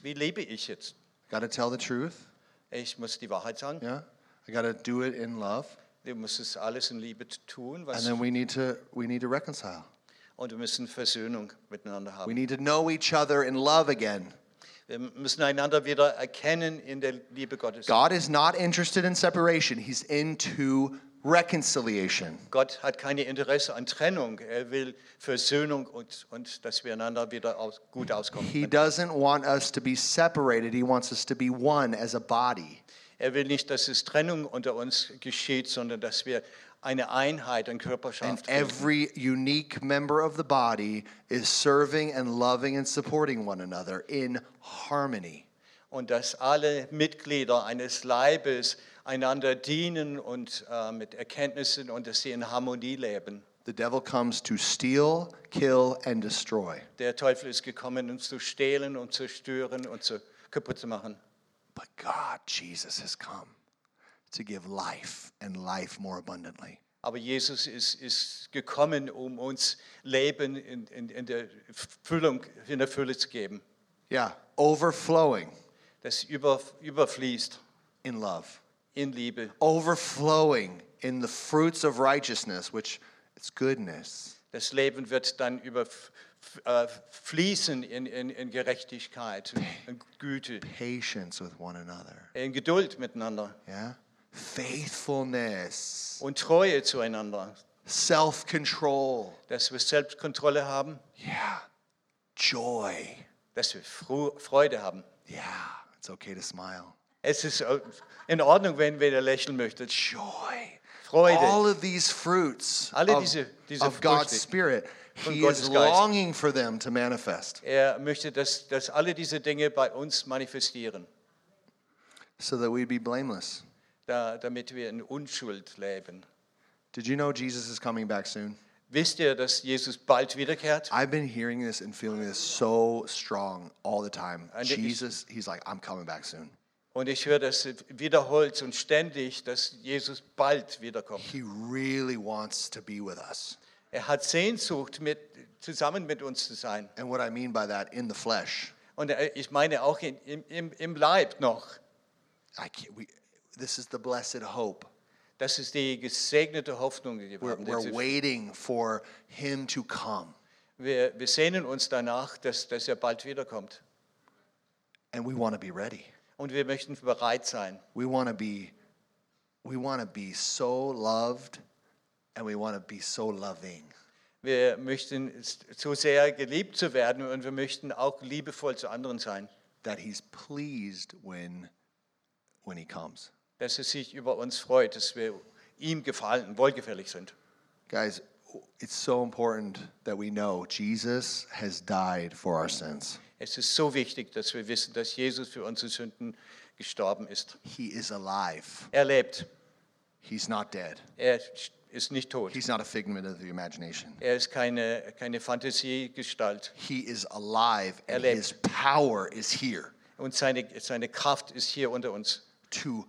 Speaker 1: Wie lebe ich jetzt?
Speaker 2: Got to tell the truth.
Speaker 1: Ich muss die Wahrheit sagen.
Speaker 2: Yeah. I got to do it in love.
Speaker 1: Du musst es alles in Liebe t- tun
Speaker 2: And
Speaker 1: was,
Speaker 2: then we need to we need to reconcile.
Speaker 1: und wir müssen Versöhnung miteinander
Speaker 2: We
Speaker 1: haben.
Speaker 2: need to know each other in love again.
Speaker 1: Wir müssen einander wieder erkennen in der Liebe Gottes.
Speaker 2: God is not interested in separation. He's into reconciliation.
Speaker 1: Gott hat keine Interesse an Trennung. Er will Versöhnung und, und dass wir einander wieder aus, gut auskommen.
Speaker 2: He doesn't want us to be separated. He wants us to be one as a body.
Speaker 1: Er will nicht, dass es Trennung unter uns geschieht, sondern dass wir eine Einheit in
Speaker 2: And
Speaker 1: Körperschaft finden.
Speaker 2: every unique member of the body is serving and loving and supporting one another in harmony.
Speaker 1: und dass alle Mitglieder eines Leibes einander dienen und äh, mit Erkenntnissen und dass sie in Harmonie leben.
Speaker 2: The devil comes to steal, kill, and destroy.
Speaker 1: Der Teufel ist gekommen, uns zu stehlen und zu stören und zu kaputt zu machen.
Speaker 2: But God, Jesus, has come to give life and life more abundantly.
Speaker 1: Aber Jesus ist, ist gekommen, um uns Leben in, in, in, der Füllung, in der Fülle zu geben,
Speaker 2: Yeah, overflowing
Speaker 1: das über, überfließt
Speaker 2: in love.
Speaker 1: in Liebe.
Speaker 2: overflowing in the fruits of righteousness, which it's goodness,
Speaker 1: Das Leben wird dann überfließen äh, in, in, in Gerechtigkeit, in Güte,
Speaker 2: patience with one another,
Speaker 1: in Geduld miteinander.
Speaker 2: yeah, faithfulness,
Speaker 1: und Treue zueinander.
Speaker 2: self control.
Speaker 1: dass wir Selbstkontrolle haben,
Speaker 2: Yeah. Joy.
Speaker 1: dass wir Fru- Freude haben.
Speaker 2: Yeah. It's okay to smile.
Speaker 1: Es ist äh, in Ordnung, wenn wir lächeln möchten.
Speaker 2: Joy.
Speaker 1: Freude.
Speaker 2: All of these fruits
Speaker 1: Alle
Speaker 2: of,
Speaker 1: diese- diese
Speaker 2: of God's
Speaker 1: Früchte
Speaker 2: Spirit.
Speaker 1: von
Speaker 2: He
Speaker 1: Gottes
Speaker 2: is
Speaker 1: Geist.
Speaker 2: longing for them to manifest
Speaker 1: Er möchte, dass, dass alle diese Dinge bei uns manifestieren,
Speaker 2: so that we'd be blameless.
Speaker 1: da, damit wir in Unschuld leben.
Speaker 2: Did you know Jesus is coming back soon?
Speaker 1: Wisst ihr, dass Jesus bald wiederkehrt?
Speaker 2: I've been hearing this and feeling this so strong all the time.
Speaker 1: And it-
Speaker 2: Jesus, he's like, I'm coming back soon.
Speaker 1: Und ich höre das wiederholt und ständig, dass Jesus bald wiederkommt.
Speaker 2: He really wants to be with us.
Speaker 1: Er hat Sehnsucht, mit, zusammen mit uns zu sein.
Speaker 2: And what I mean by that, in the flesh,
Speaker 1: Und äh, ich meine auch in, im, im, im Leib noch.
Speaker 2: I can't, we, this is the blessed hope.
Speaker 1: Das ist die gesegnete Hoffnung, die wir
Speaker 2: We're,
Speaker 1: haben.
Speaker 2: we're
Speaker 1: Diese-
Speaker 2: waiting for him to come.
Speaker 1: wir, wir sehnen uns danach, dass, dass er bald wiederkommt.
Speaker 2: And we want to be ready.
Speaker 1: Und wir möchten bereit sein.
Speaker 2: We want to be, we want to be so loved and we want to be so loving.
Speaker 1: Wir möchten s- so sehr geliebt zu werden und wir möchten auch liebevoll zu anderen sein,
Speaker 2: That he's pleased when when he comes.
Speaker 1: dass er sich über uns freut, dass wir ihm gefallen, wohlgefällig sind.
Speaker 2: Guys, it's so important that we know Jesus has died for our sins.
Speaker 1: Es ist so wichtig, dass wir wissen, dass Jesus für unsere Sünden gestorben ist.
Speaker 2: He is alive.
Speaker 1: Er lebt.
Speaker 2: He's not dead.
Speaker 1: Er ist nicht tot.
Speaker 2: He's not a figment of the imagination.
Speaker 1: Er ist keine, keine Fantasiegestalt.
Speaker 2: He is alive and
Speaker 1: Er lebt.
Speaker 2: his power is here
Speaker 1: Und seine, seine Kraft ist hier unter uns,
Speaker 2: to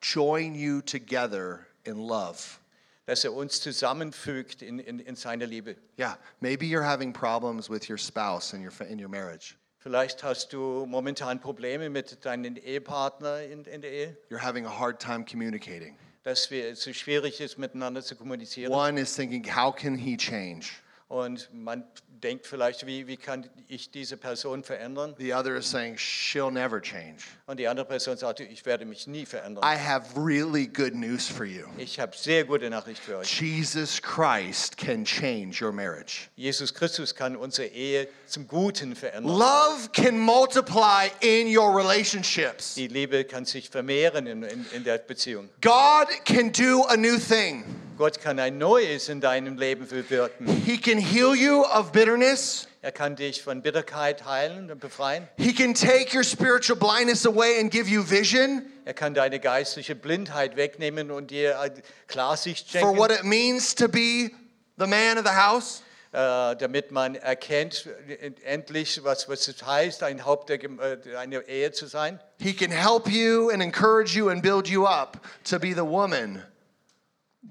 Speaker 2: join you together in love.
Speaker 1: dass er uns zusammenfügt in, in, in seine Liebe.
Speaker 2: Yeah, maybe you're having problems with your spouse and your fa- and your marriage.
Speaker 1: Vielleicht hast du momentan Probleme mit deinem Ehepartner in, in der Ehe,
Speaker 2: You're having a hard time communicating.
Speaker 1: dass wir, es so schwierig ist, miteinander zu kommunizieren.
Speaker 2: One is thinking, how can he change?
Speaker 1: Und man denkt vielleicht, wie, wie kann ich diese Person verändern?
Speaker 2: The other is saying, she'll never change.
Speaker 1: Und die andere Person sagt, ich werde mich nie verändern.
Speaker 2: I have really good news for you.
Speaker 1: Ich habe sehr gute Nachricht für euch.
Speaker 2: Jesus Christ can change your marriage.
Speaker 1: Jesus Christus kann unsere Ehe zum Guten verändern.
Speaker 2: Love can multiply in your relationships.
Speaker 1: Die Liebe kann sich vermehren in, in, in der Beziehung.
Speaker 2: God can do a new thing.
Speaker 1: Gott kann ein Neues in deinem Leben bewirken.
Speaker 2: He can heal you of bitterness.
Speaker 1: Er kann dich von Bitterkeit heilen und befreien.
Speaker 2: He can take your spiritual blindness away and give you vision
Speaker 1: Er kann deine geistliche Blindheit wegnehmen und dir äh, Klarsicht
Speaker 2: for
Speaker 1: schenken,
Speaker 2: what it means to be the man of the house.
Speaker 1: äh, damit man erkennt äh, endlich, was, was es heißt, ein Haupt der, Gem- äh, einer Ehe zu sein.
Speaker 2: He can help you and encourage you and build you up to be the woman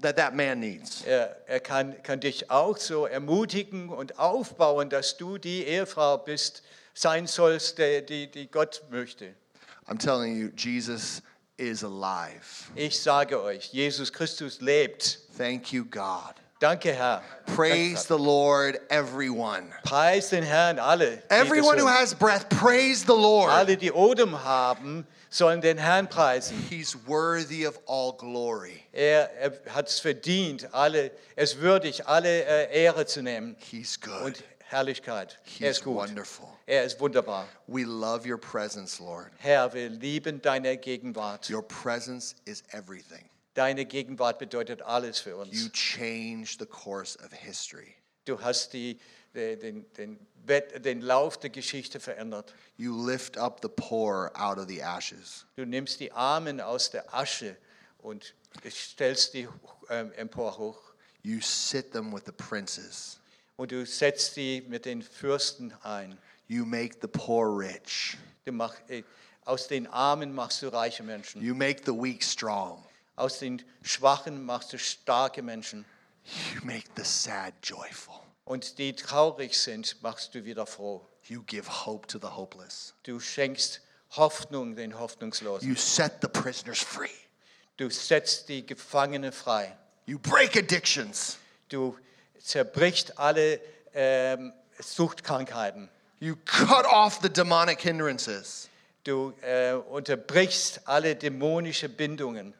Speaker 2: that that man needs.
Speaker 1: Er, er kann, kann dich auch so ermutigen und aufbauen, dass du die Ehefrau bist, sein sollst, der, die, die Gott möchte.
Speaker 2: I'm telling you, Jesus is alive.
Speaker 1: Ich sage euch, Jesus Christus lebt.
Speaker 2: Thank you, God.
Speaker 1: Danke, Herr.
Speaker 2: Praise the Lord, everyone.
Speaker 1: Preis den Herrn alle. die
Speaker 2: Everyone
Speaker 1: das
Speaker 2: who
Speaker 1: hören.
Speaker 2: has breath, praise the Lord.
Speaker 1: alle, die Odem haben, sollen den Herrn preisen.
Speaker 2: He's worthy of all glory.
Speaker 1: Er, er hat es verdient, alle, er ist würdig, alle äh, Ehre zu nehmen
Speaker 2: He's
Speaker 1: und
Speaker 2: good.
Speaker 1: Herrlichkeit. er
Speaker 2: He's
Speaker 1: ist gut.
Speaker 2: wonderful.
Speaker 1: Er ist wunderbar.
Speaker 2: We love your presence, Lord.
Speaker 1: Herr, wir lieben deine Gegenwart.
Speaker 2: Your presence is everything.
Speaker 1: Deine Gegenwart bedeutet alles für uns.
Speaker 2: You change the course of history.
Speaker 1: Du hast die, de- den, den, Wett- den Lauf der Geschichte verändert.
Speaker 2: You lift up the poor out of the ashes.
Speaker 1: Du nimmst die Armen aus der Asche und stellst die ähm, empor hoch.
Speaker 2: You sit them with the princes.
Speaker 1: Und du setzt sie mit den Fürsten ein.
Speaker 2: You make the poor rich.
Speaker 1: Du mach, äh, aus den Armen machst du reiche Menschen.
Speaker 2: You make the weak strong.
Speaker 1: Aus den Schwachen machst du starke Menschen.
Speaker 2: You make the sad joyful.
Speaker 1: Und die traurig sind, machst du wieder froh.
Speaker 2: You give hope to the hopeless.
Speaker 1: Du schenkst Hoffnung den Hoffnungslosen.
Speaker 2: You set the prisoners free.
Speaker 1: Du setzt die Gefangene frei.
Speaker 2: You break addictions.
Speaker 1: Du zerbrichst alle ähm, Suchtkrankheiten.
Speaker 2: You cut off the demonic hindrances.
Speaker 1: Du äh, unterbrichst alle dämonische Bindungen.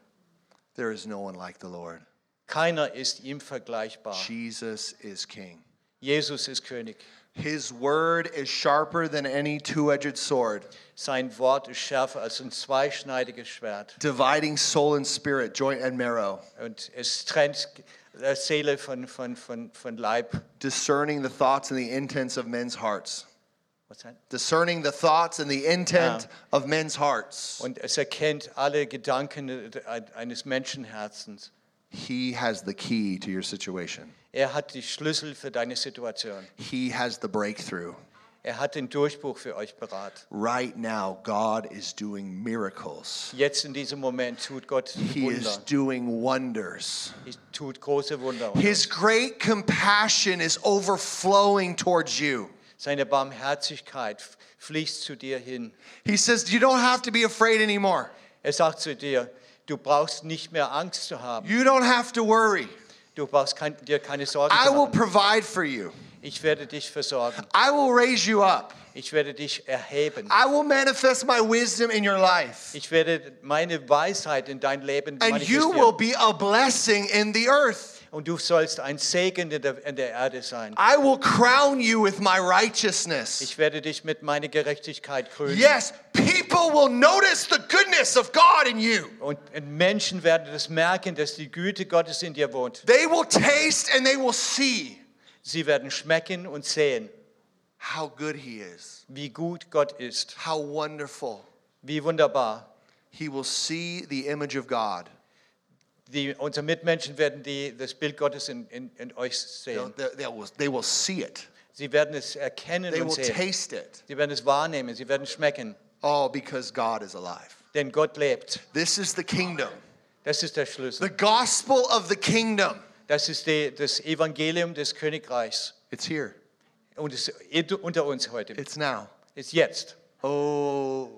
Speaker 2: There is no one like the Lord.
Speaker 1: Keiner ist ihm vergleichbar.
Speaker 2: Jesus is king.
Speaker 1: Jesus ist König.
Speaker 2: His word is sharper than any two edged sword,
Speaker 1: Sein Wort ist schärfer als ein zweischneidiges Schwert
Speaker 2: dividing soul and spirit, joint and marrow,
Speaker 1: und es trennt äh, Seele von, von, von, von Leib.
Speaker 2: discerning the thoughts and the intents of men's hearts.
Speaker 1: What's that?
Speaker 2: Discerning the thoughts and the intent of men's hearts.
Speaker 1: Und es erkennt alle Gedanken äh, eines Menschenherzens.
Speaker 2: He has the key to your situation,
Speaker 1: Er hat die Schlüssel für deine Situation.
Speaker 2: He has the breakthrough.
Speaker 1: Er hat den Durchbruch für euch parat.
Speaker 2: Right now, God is doing miracles.
Speaker 1: Jetzt in diesem Moment tut Gott
Speaker 2: He is
Speaker 1: Wunder.
Speaker 2: doing wonders.
Speaker 1: Er tut große Wunder.
Speaker 2: His great compassion is overflowing towards you.
Speaker 1: Seine Barmherzigkeit f- fließt zu dir hin.
Speaker 2: He says, You don't have to be afraid anymore.
Speaker 1: Er sagt zu dir, du brauchst nicht mehr Angst zu haben.
Speaker 2: You don't have to worry.
Speaker 1: Du brauchst kein, dir keine Sorgen
Speaker 2: I
Speaker 1: zu
Speaker 2: will
Speaker 1: machen.
Speaker 2: provide for you.
Speaker 1: Ich werde dich versorgen.
Speaker 2: I will raise you up.
Speaker 1: Ich werde dich erheben.
Speaker 2: I will manifest my wisdom in your life.
Speaker 1: Ich werde meine Weisheit in dein Leben
Speaker 2: And you will
Speaker 1: manifestieren.
Speaker 2: be a blessing in the earth.
Speaker 1: Und du sollst ein Segen in der, in der Erde sein.
Speaker 2: I will crown you with my righteousness.
Speaker 1: Ich werde dich mit meiner Gerechtigkeit krönen.
Speaker 2: Yes, people will notice the goodness of God in you.
Speaker 1: Und Menschen werden das merken, dass die Güte Gottes in dir wohnt.
Speaker 2: They will taste and they will see
Speaker 1: Sie werden schmecken und sehen,
Speaker 2: how good He is,
Speaker 1: wie gut Gott ist,
Speaker 2: how wonderful.
Speaker 1: wie wunderbar.
Speaker 2: He will see the image of God.
Speaker 1: Die, unsere Mitmenschen werden die, das Bild Gottes in, in, in euch
Speaker 2: They'll-
Speaker 1: sehen.
Speaker 2: They, they will, they will see it,
Speaker 1: Sie werden es erkennen
Speaker 2: they
Speaker 1: und
Speaker 2: will
Speaker 1: sehen.
Speaker 2: taste it.
Speaker 1: Sie werden es wahrnehmen. Sie werden es schmecken.
Speaker 2: All because God is alive.
Speaker 1: Denn Gott lebt.
Speaker 2: This is the kingdom.
Speaker 1: Das ist der
Speaker 2: The
Speaker 1: Schlüssel.
Speaker 2: gospel of the kingdom.
Speaker 1: Das ist die, das Evangelium des Königreichs.
Speaker 2: It's here.
Speaker 1: Und es ist unter uns heute.
Speaker 2: It's now.
Speaker 1: Ist jetzt.
Speaker 2: Oh,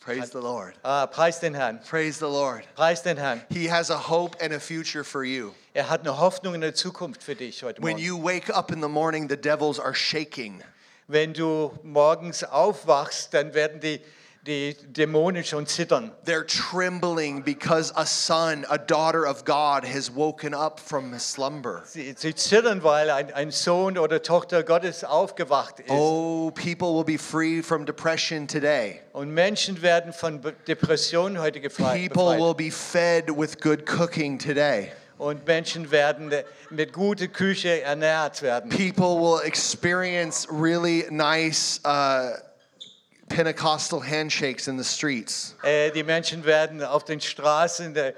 Speaker 2: praise the Lord.
Speaker 1: Ah, preis den Herrn.
Speaker 2: Praise the Lord.
Speaker 1: Preis den Herrn.
Speaker 2: He has a hope and a future for you.
Speaker 1: Er hat eine Hoffnung in der Zukunft für dich heute
Speaker 2: When
Speaker 1: Morgen.
Speaker 2: you wake up in the morning, the devils are shaking.
Speaker 1: Wenn du morgens aufwachst, dann werden die, die Dämonen schon zittern.
Speaker 2: They're trembling because a son, a daughter of God, has woken up from his slumber.
Speaker 1: Sie, sie zittern, weil ein, ein Sohn oder Tochter Gottes aufgewacht ist.
Speaker 2: Oh, people will be free from depression today.
Speaker 1: Und Menschen werden von Be- Depressionen heute gefrei-
Speaker 2: People
Speaker 1: befreit.
Speaker 2: will be fed with good cooking today.
Speaker 1: Und Menschen werden äh, mit guter Küche ernährt werden.
Speaker 2: people will experience really nice uh, Pentecostal handshakes in the streets.
Speaker 1: Äh, die Menschen werden auf den Straßen äh,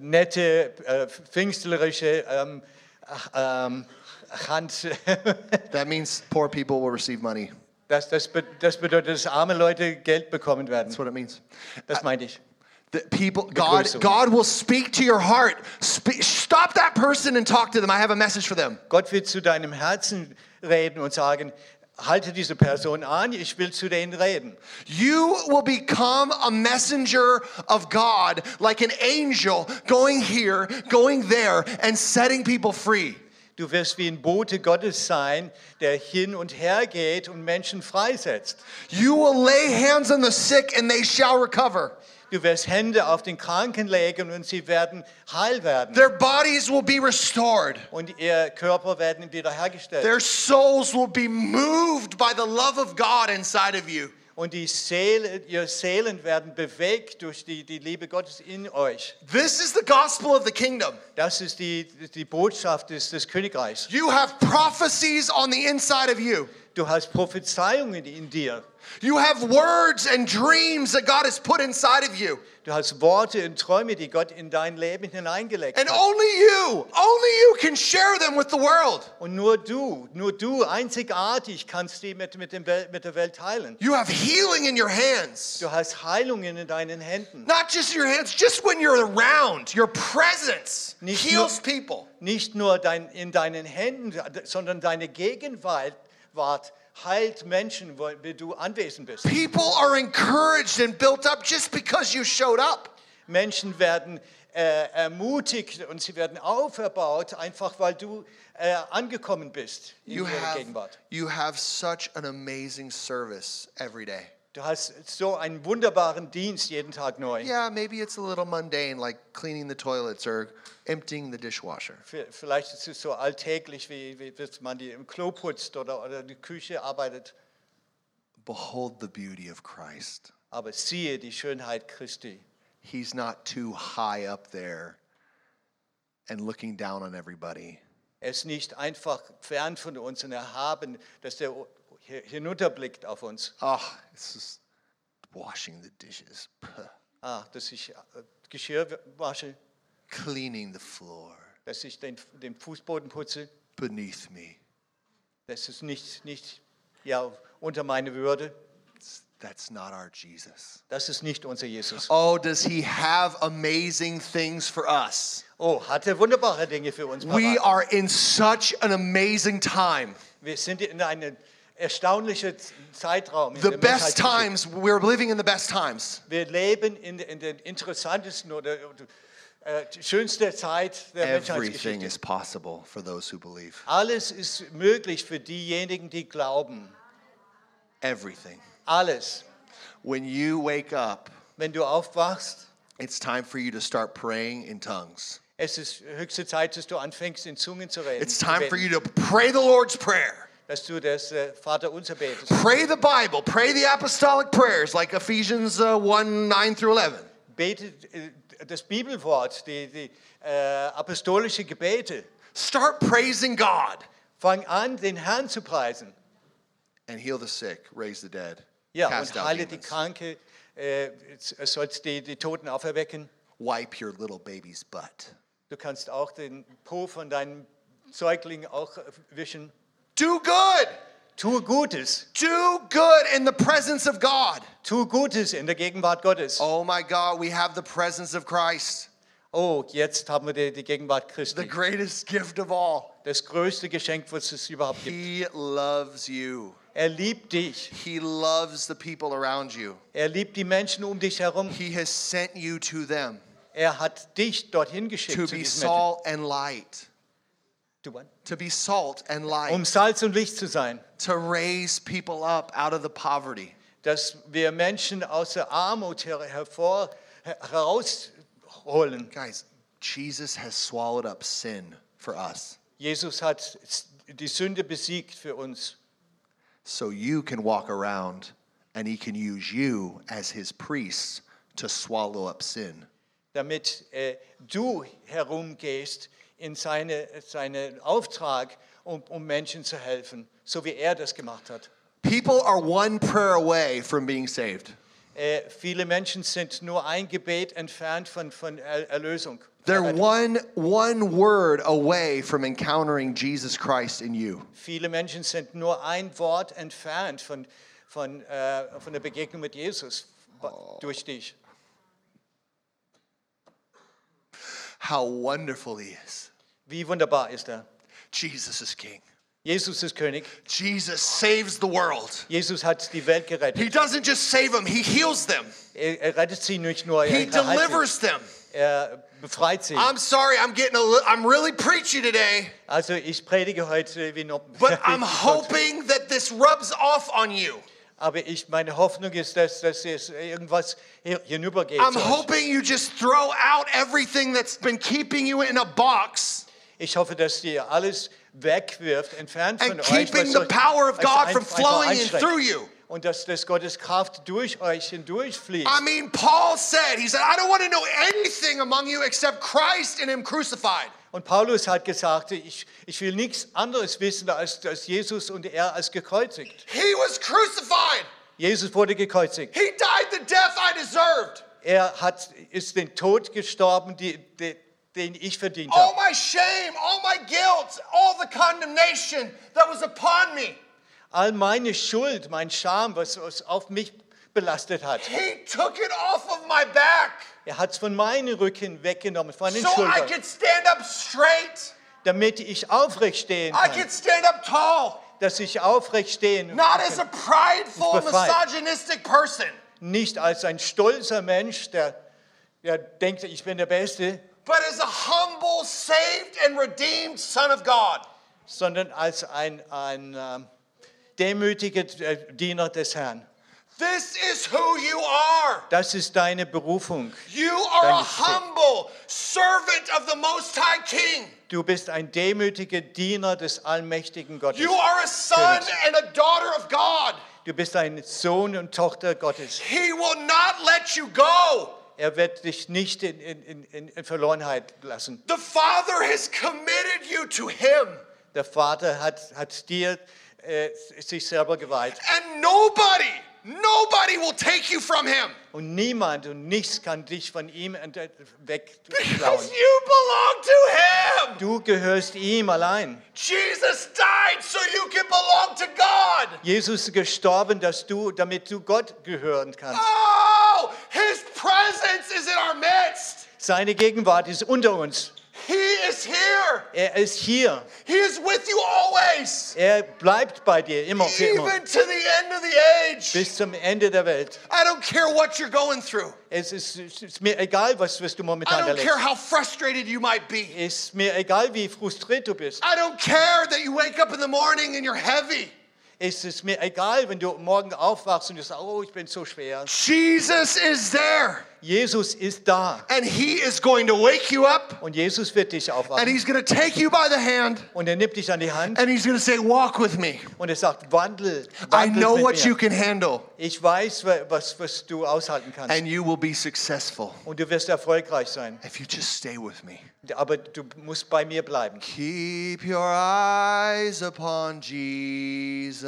Speaker 1: nette, äh, pfingstlerische ähm, ach, ähm, Hand.
Speaker 2: That means poor people will receive money.
Speaker 1: Das, das, be- das bedeutet, dass arme Leute Geld bekommen werden.
Speaker 2: That's what it means.
Speaker 1: Das meinte ich.
Speaker 2: That people, God,
Speaker 1: Begrüßung.
Speaker 2: God will speak to your heart. Spe- stop that person and talk to them. I have a message for them.
Speaker 1: Gott will zu deinem Herzen reden und sagen, halte diese Person an, ich will zu denen reden.
Speaker 2: You will become a messenger of God, like an angel going here, going there, and setting people free.
Speaker 1: Du wirst wie ein Bote Gottes sein, der hin und her geht und Menschen freisetzt.
Speaker 2: You will lay hands on the sick and they shall recover.
Speaker 1: Du wirst Hände auf den Kranken legen und sie werden heil werden.
Speaker 2: Their bodies will be restored.
Speaker 1: Und ihr Körper werden wiederhergestellt.
Speaker 2: Their souls will be moved by the love of God inside of you.
Speaker 1: Und die Seele, ihr Seelen werden bewegt durch die, die Liebe Gottes in euch.
Speaker 2: This is the gospel of the kingdom.
Speaker 1: Das ist die, die Botschaft des, des Königreichs.
Speaker 2: You have prophecies on the inside of you.
Speaker 1: Du hast Prophezeiungen in dir.
Speaker 2: You have words and dreams that God has put inside of you.
Speaker 1: Du hast Worte und Träume, die Gott in dein Leben hineingelegt
Speaker 2: And
Speaker 1: hat.
Speaker 2: only you, only you can share them with the world.
Speaker 1: Und nur du, nur du einzigartig kannst die mit, mit, dem Wel mit der Welt teilen.
Speaker 2: You have healing in your hands.
Speaker 1: Du hast Heilungen in deinen Händen.
Speaker 2: Not just in your hands, just when you're around. Your presence
Speaker 1: Nicht
Speaker 2: heals
Speaker 1: nur-
Speaker 2: people.
Speaker 1: Nicht nur dein, in deinen Händen, sondern deine Gegenwart wart- heilt Menschen, wo wenn du anwesend bist.
Speaker 2: People are encouraged and built up just because you showed up.
Speaker 1: Menschen werden äh, ermutigt und sie werden auferbaut, einfach weil du äh, angekommen bist in
Speaker 2: You
Speaker 1: ihrer
Speaker 2: have,
Speaker 1: Gegenwart.
Speaker 2: you have such an amazing service every day.
Speaker 1: Du hast so einen wunderbaren Dienst jeden Tag neu.
Speaker 2: Yeah, maybe it's a little mundane, like cleaning the toilets or emptying the dishwasher.
Speaker 1: V- Vielleicht ist es so alltäglich, wie, wie dass man die im Klo putzt oder, oder in der Küche arbeitet.
Speaker 2: Behold the beauty of Christ.
Speaker 1: Aber siehe die Schönheit Christi.
Speaker 2: He's not too high up there and looking down on everybody.
Speaker 1: Er ist nicht einfach fern von uns und erhaben, dass er hi- hinunterblickt auf uns.
Speaker 2: Oh, it's just washing the dishes, puh,
Speaker 1: Ah, dass ich äh, Geschirr wasche,
Speaker 2: cleaning the floor
Speaker 1: dass ich den, den Fußboden putze.
Speaker 2: beneath me.
Speaker 1: Das ist nicht, nicht ja, unter meine Würde.
Speaker 2: It's- That's not our Jesus.
Speaker 1: Das ist nicht unser Jesus.
Speaker 2: Oh, does he have amazing things for us?
Speaker 1: Oh, hat er wunderbare Dinge für uns
Speaker 2: We
Speaker 1: parat.
Speaker 2: are in such an amazing time.
Speaker 1: Wir sind in einem erstaunlichen Z- Zeitraum. in
Speaker 2: The
Speaker 1: der
Speaker 2: best
Speaker 1: Menschheitsgeschichte.
Speaker 2: times, we're living in the best times.
Speaker 1: Wir leben in, in den interessantesten oder äh, die schönste Zeit der
Speaker 2: Everything
Speaker 1: Menschheitsgeschichte.
Speaker 2: is possible for those who believe.
Speaker 1: Alles ist möglich für diejenigen, die glauben.
Speaker 2: Everything.
Speaker 1: Alles.
Speaker 2: When you wake up,
Speaker 1: Wenn du aufwachst,
Speaker 2: it's time for you to start praying in tongues.
Speaker 1: es ist höchste Zeit, dass du anfängst, in Zungen zu reden.
Speaker 2: It's
Speaker 1: zu
Speaker 2: time
Speaker 1: beten,
Speaker 2: for you to pray the Lord's Prayer.
Speaker 1: dass du das äh, Vater unser betest.
Speaker 2: Pray the Bible. Pray the apostolic prayers like Ephesians uh, 1 9 through 11.
Speaker 1: Betet äh, das Bibelwort, die, die äh, apostolische Gebete.
Speaker 2: Start praising God
Speaker 1: Fang an, den Herrn zu preisen.
Speaker 2: and heal the sick, raise the dead,
Speaker 1: Ja, und
Speaker 2: cast out
Speaker 1: heile die
Speaker 2: demons,
Speaker 1: Kranke, äh, er soll die, die Toten auferwecken.
Speaker 2: wipe your little baby's butt.
Speaker 1: Du kannst auch den Po von deinem Säugling auch äh, wischen.
Speaker 2: Do good.
Speaker 1: Tue Gutes.
Speaker 2: Do good in the presence of God.
Speaker 1: Tue Gutes in der Gegenwart Gottes.
Speaker 2: Oh my God, we have the presence of Christ,
Speaker 1: Oh, jetzt haben wir die, die Gegenwart
Speaker 2: the
Speaker 1: Christi.
Speaker 2: greatest gift of all.
Speaker 1: Das größte Geschenk, was es überhaupt gibt.
Speaker 2: He loves you.
Speaker 1: Er liebt dich.
Speaker 2: He loves the people around you.
Speaker 1: Er liebt die Menschen um dich herum.
Speaker 2: He has sent you to them
Speaker 1: Er hat dich dorthin
Speaker 2: to
Speaker 1: geschickt. Zu
Speaker 2: be
Speaker 1: diesen Menschen.
Speaker 2: salt and light,
Speaker 1: Du wann?
Speaker 2: to be salt and light,
Speaker 1: Um Salz und Licht zu sein.
Speaker 2: to raise people up out of the poverty.
Speaker 1: Dass wir Menschen aus der Armut her hervor her herausholen.
Speaker 2: Guys, Jesus has swallowed up sin for us
Speaker 1: Jesus hat die Sünde besiegt für uns.
Speaker 2: so you can walk around and he can use you as his priest to swallow up sin.
Speaker 1: damit äh, du herumgehst in seine, seinen Auftrag, um, um Menschen zu helfen, so wie er das gemacht hat.
Speaker 2: People are one prayer away from being saved.
Speaker 1: Äh, viele Menschen sind nur ein Gebet entfernt von, von Er- Erlösung. Äh,
Speaker 2: They're
Speaker 1: Aber
Speaker 2: one one word away from encountering Jesus Christ in you.
Speaker 1: viele Menschen sind nur ein Wort entfernt von, von, äh, von der Begegnung mit Jesus durch dich.
Speaker 2: How wonderful he is.
Speaker 1: Wie wunderbar ist er.
Speaker 2: Jesus is king.
Speaker 1: Jesus ist König.
Speaker 2: Jesus saves the world.
Speaker 1: Jesus hat die Welt
Speaker 2: He
Speaker 1: gerettet.
Speaker 2: doesn't just save them, he heals them.
Speaker 1: Er, er rettet sie nicht nur,
Speaker 2: He
Speaker 1: er, erheilt sie.
Speaker 2: delivers them.
Speaker 1: er befreit sie.
Speaker 2: I'm sorry, I'm getting a li- I'm really preachy today,
Speaker 1: Also ich predige heute wie noch.
Speaker 2: but I'm hoping that this rubs off on you.
Speaker 1: Aber ich, meine Hoffnung ist, dass, dass es irgendwas hier- hinübergeht.
Speaker 2: I'm
Speaker 1: zu euch.
Speaker 2: hoping you just throw out everything that's been keeping you in a box
Speaker 1: Ich hoffe, dass ihr alles wegwirft, entfernt von
Speaker 2: and
Speaker 1: euch.
Speaker 2: keeping
Speaker 1: was
Speaker 2: the
Speaker 1: euch-
Speaker 2: power of
Speaker 1: was
Speaker 2: God
Speaker 1: ein-
Speaker 2: from
Speaker 1: einfach
Speaker 2: flowing in
Speaker 1: einschränkt.
Speaker 2: through you.
Speaker 1: Und dass, dass Gottes Kraft durch euch hindurchfließt.
Speaker 2: I mean, Paul said, he said, I don't want to know anything among you except Christ and him crucified.
Speaker 1: Und Paulus hat gesagt, ich, ich will nichts anderes wissen, als dass Jesus und er als gekreuzigt.
Speaker 2: He was crucified.
Speaker 1: Jesus wurde gekreuzigt.
Speaker 2: He died the death I deserved.
Speaker 1: Er hat, ist den Tod gestorben, die, die, den ich verdient habe.
Speaker 2: All my shame, all my guilt, all the condemnation that was upon me.
Speaker 1: All meine Schuld, mein Scham, was es auf mich belastet hat.
Speaker 2: He took it off of my back
Speaker 1: Er hat es von meinem Rücken weggenommen, von den
Speaker 2: so I
Speaker 1: Schultern,
Speaker 2: could stand up straight.
Speaker 1: damit ich aufrecht stehen
Speaker 2: I
Speaker 1: kann,
Speaker 2: could stand up tall,
Speaker 1: dass ich aufrecht stehen
Speaker 2: not as a
Speaker 1: kann.
Speaker 2: prideful,
Speaker 1: Befreit.
Speaker 2: misogynistic person,
Speaker 1: Nicht als ein stolzer Mensch, der, der denkt, ich bin der Beste,
Speaker 2: but as a humble, saved, and redeemed Son of God.
Speaker 1: sondern als ein, ein ähm, demütiger äh, Diener des Herrn.
Speaker 2: This is who you are.
Speaker 1: Das ist deine Berufung.
Speaker 2: You are a
Speaker 1: Dankeschön.
Speaker 2: humble servant of the Most High King.
Speaker 1: Du bist ein demütiger Diener des allmächtigen Gottes.
Speaker 2: You are a son and a daughter of God.
Speaker 1: Du bist ein Sohn und Tochter Gottes.
Speaker 2: He will not let you go.
Speaker 1: Er wird dich nicht in, in, in- in, in Verlorenheit lassen.
Speaker 2: The Father has committed you to Him,
Speaker 1: Der Vater hat, hat dir äh, sich selber geweiht.
Speaker 2: and nobody, nobody will take you from Him
Speaker 1: Und niemand und nichts kann dich von ihm ent- wegklauen.
Speaker 2: because you belong to Him.
Speaker 1: Du gehörst ihm allein.
Speaker 2: Jesus died so you can belong to God.
Speaker 1: Jesus ist gestorben, dass du, damit du Gott gehören kannst.
Speaker 2: Oh, His presence is in our midst.
Speaker 1: Seine Gegenwart ist unter uns.
Speaker 2: He is here.
Speaker 1: Er ist hier.
Speaker 2: He is with you always,
Speaker 1: Er bleibt bei dir immer für immer.
Speaker 2: even to the end of the age.
Speaker 1: Bis zum Ende der Welt.
Speaker 2: I don't care what you're going through.
Speaker 1: Es ist, es ist mir egal, was, was du
Speaker 2: I
Speaker 1: momentan
Speaker 2: don't care
Speaker 1: erlebst.
Speaker 2: how frustrated you might be.
Speaker 1: Es ist mir egal, wie frustriert du bist.
Speaker 2: I don't care that you wake up in the morning and you're heavy.
Speaker 1: Es ist mir egal, wenn du morgen aufwachst und du sagst, oh, ich bin so schwer.
Speaker 2: Jesus is there,
Speaker 1: Jesus ist da.
Speaker 2: and He is going to wake you up,
Speaker 1: Und Jesus wird dich
Speaker 2: and
Speaker 1: aufwachen.
Speaker 2: He's going to take you by the hand,
Speaker 1: Und er nimmt dich an die Hand
Speaker 2: and He's going to say, Walk with me.
Speaker 1: und er sagt, wandel.
Speaker 2: I
Speaker 1: wandel
Speaker 2: know
Speaker 1: mit
Speaker 2: what
Speaker 1: mir.
Speaker 2: you can handle,
Speaker 1: Ich weiß, wa- was, was du aushalten kannst.
Speaker 2: and you will be successful
Speaker 1: und du wirst erfolgreich sein.
Speaker 2: if you just stay with me.
Speaker 1: Aber du musst bei mir bleiben.
Speaker 2: Keep your eyes upon Jesus.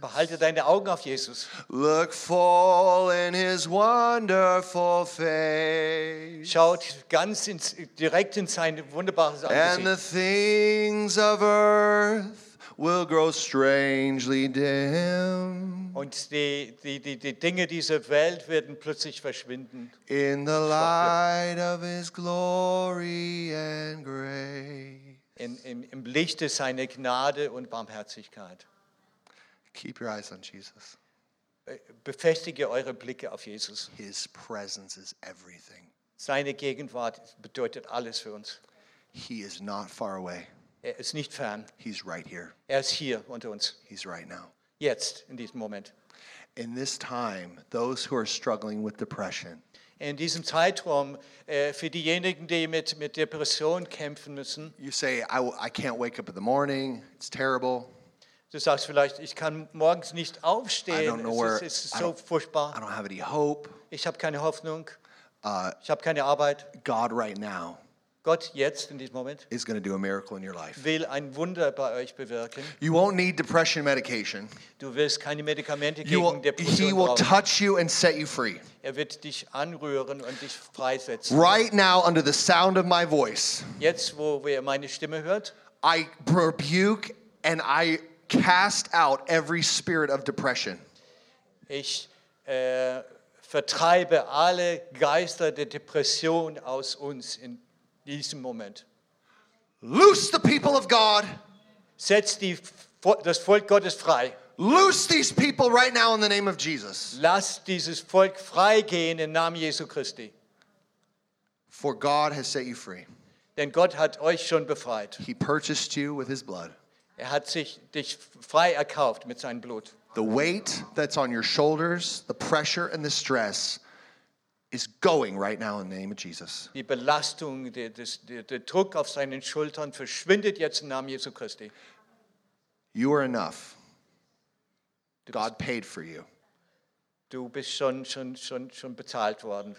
Speaker 1: Behalte deine Augen auf Jesus.
Speaker 2: Look full in his wonderful face.
Speaker 1: Schaut ganz ins, direkt in sein wunderbares
Speaker 2: And the
Speaker 1: Angesicht.
Speaker 2: things of earth will grow strangely dim
Speaker 1: Und die, die, die, die Dinge dieser Welt werden plötzlich verschwinden.
Speaker 2: in the light of his glory and grace.
Speaker 1: In, im, Im Lichte seiner Gnade und Barmherzigkeit.
Speaker 2: Keep your eyes on Jesus.
Speaker 1: Äh, Befestige eure Blicke auf Jesus.
Speaker 2: His presence is everything.
Speaker 1: Seine Gegenwart bedeutet alles für uns.
Speaker 2: He is not far away.
Speaker 1: Er ist nicht fern.
Speaker 2: He's right here.
Speaker 1: Er ist hier unter uns.
Speaker 2: He's right now.
Speaker 1: Jetzt, in diesem Moment.
Speaker 2: In this time, those who are struggling with depression,
Speaker 1: In diesem Zeitraum äh, für diejenigen, die mit, mit Depression kämpfen müssen,
Speaker 2: you say, I, w- I can't wake up in the morning. It's terrible.
Speaker 1: Du sagst vielleicht, ich kann morgens nicht
Speaker 2: I
Speaker 1: aufstehen,
Speaker 2: don't know where-
Speaker 1: es ist, es
Speaker 2: I
Speaker 1: ist so
Speaker 2: don't- I
Speaker 1: furchtbar,
Speaker 2: don't have any hope.
Speaker 1: ich habe keine Hoffnung,
Speaker 2: Uh,
Speaker 1: ich habe keine Arbeit.
Speaker 2: God, right now,
Speaker 1: Gott jetzt in diesem Moment
Speaker 2: is going to do a miracle in your life.
Speaker 1: will ein Wunder bei euch bewirken.
Speaker 2: You won't need depression medication.
Speaker 1: Du wirst keine Medikamente
Speaker 2: You
Speaker 1: gegen
Speaker 2: will, he
Speaker 1: Depression
Speaker 2: will
Speaker 1: brauchen.
Speaker 2: touch you and set you free.
Speaker 1: Er wird dich anrühren und dich freisetzen.
Speaker 2: Right now, under the sound of my voice,
Speaker 1: Jetzt, wo ihr meine Stimme hört,
Speaker 2: I rebuke and I cast out every spirit of depression.
Speaker 1: ich äh, vertreibe alle Geister der Depression aus uns in diesem Moment.
Speaker 2: Loose the people of God.
Speaker 1: Setz die, Vo- das Volk Gottes frei.
Speaker 2: Loose these people right now in the name of Jesus.
Speaker 1: Lasst dieses Volk freigehen im Namen Jesu Christi.
Speaker 2: For God has set you free.
Speaker 1: Denn Gott hat euch schon befreit.
Speaker 2: He purchased you with his blood.
Speaker 1: Er hat sich, dich frei erkauft mit seinem Blut.
Speaker 2: The weight that's on your shoulders, the pressure and the stress is going right now in the name of Jesus.
Speaker 1: Die Belastung, der, des, der, der Druck auf seinen Schultern verschwindet jetzt im Namen Jesu Christi.
Speaker 2: You are enough. God paid for you.
Speaker 1: Du bist schon, schon, schon, schon bezahlt worden.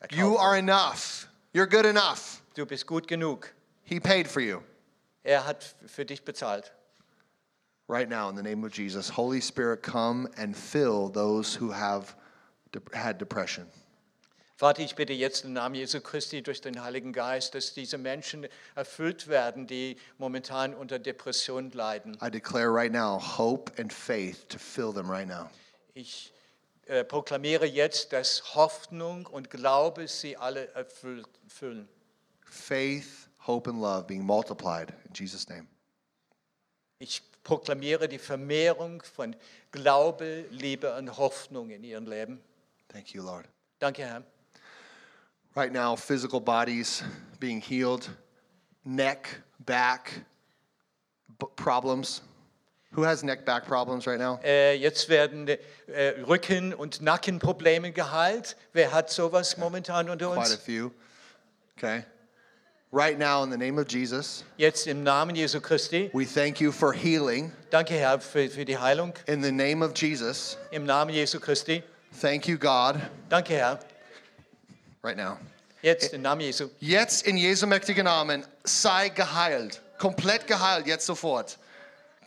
Speaker 1: erkauft
Speaker 2: You
Speaker 1: worden.
Speaker 2: are enough. You're good enough.
Speaker 1: Du bist gut genug.
Speaker 2: He paid for you.
Speaker 1: Er hat für dich bezahlt.
Speaker 2: Right now, in the name of Jesus, Holy Spirit, come and fill those who have de- had depression.
Speaker 1: Vater, ich bitte jetzt im Namen Jesu Christi durch den Heiligen Geist, dass diese Menschen erfüllt werden, die momentan unter Depression leiden.
Speaker 2: I declare right now hope and faith to fill them right now.
Speaker 1: Ich äh, proklamiere jetzt, dass Hoffnung und Glaube sie alle erfüll- erfüllen.
Speaker 2: Faith, hope, and love being multiplied in Jesus' name.
Speaker 1: Ich proklamiere die Vermehrung von Glaube, Liebe und Hoffnung in ihrem Leben.
Speaker 2: Thank you, Lord.
Speaker 1: Danke, Herr.
Speaker 2: Right now, physical bodies being healed, neck, back b- problems, Who has neck back problems right now?
Speaker 1: Äh, jetzt werden äh, Rücken- und Nackenprobleme geheilt. Wer hat sowas momentan unter
Speaker 2: Quite a
Speaker 1: uns?
Speaker 2: few. Okay. Right now, in the name of Jesus,
Speaker 1: Jetzt im Namen Jesu Christi.
Speaker 2: we thank you for healing.
Speaker 1: Danke, Herr, für, für die Heilung.
Speaker 2: In the name of Jesus,
Speaker 1: Im Namen Jesu Christi.
Speaker 2: thank you, God,
Speaker 1: Danke, Herr.
Speaker 2: right now.
Speaker 1: Jetzt im Namen Jesu.
Speaker 2: Jetzt in Jesu mächtigen Namen sei geheilt. Komplett geheilt, jetzt sofort.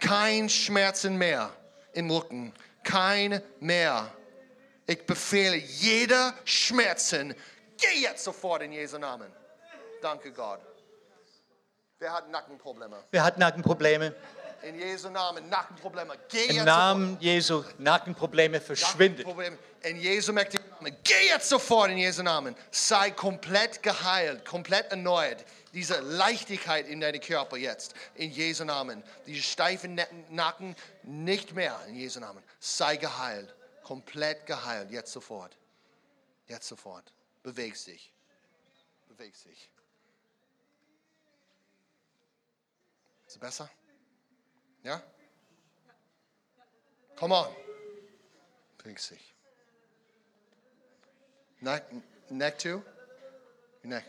Speaker 2: Kein Schmerzen mehr im Rücken. Kein mehr. Ich befehle jeder Schmerzen, geh jetzt sofort in Jesu Namen. Danke Gott. Wer hat Nackenprobleme?
Speaker 1: Wer hat Nackenprobleme?
Speaker 2: In Jesu Namen Nackenprobleme. Geh
Speaker 1: Im
Speaker 2: jetzt
Speaker 1: Namen Jesu, Nackenprobleme
Speaker 2: sofort.
Speaker 1: verschwindet.
Speaker 2: Nackenprobleme. In Jesu mächtigen Namen. Geh jetzt sofort in Jesu Namen. Sei komplett geheilt, komplett erneuert. Diese Leichtigkeit in deinem Körper jetzt. In Jesu Namen. Diese steifen Ne- Nacken nicht mehr. In Jesu Namen. Sei geheilt. Komplett geheilt. Jetzt sofort. Jetzt sofort. Bewegst dich. Bewegst dich. Ist es besser? Ja? Come on. Bewegst dich. Neck, neck too? Your neck.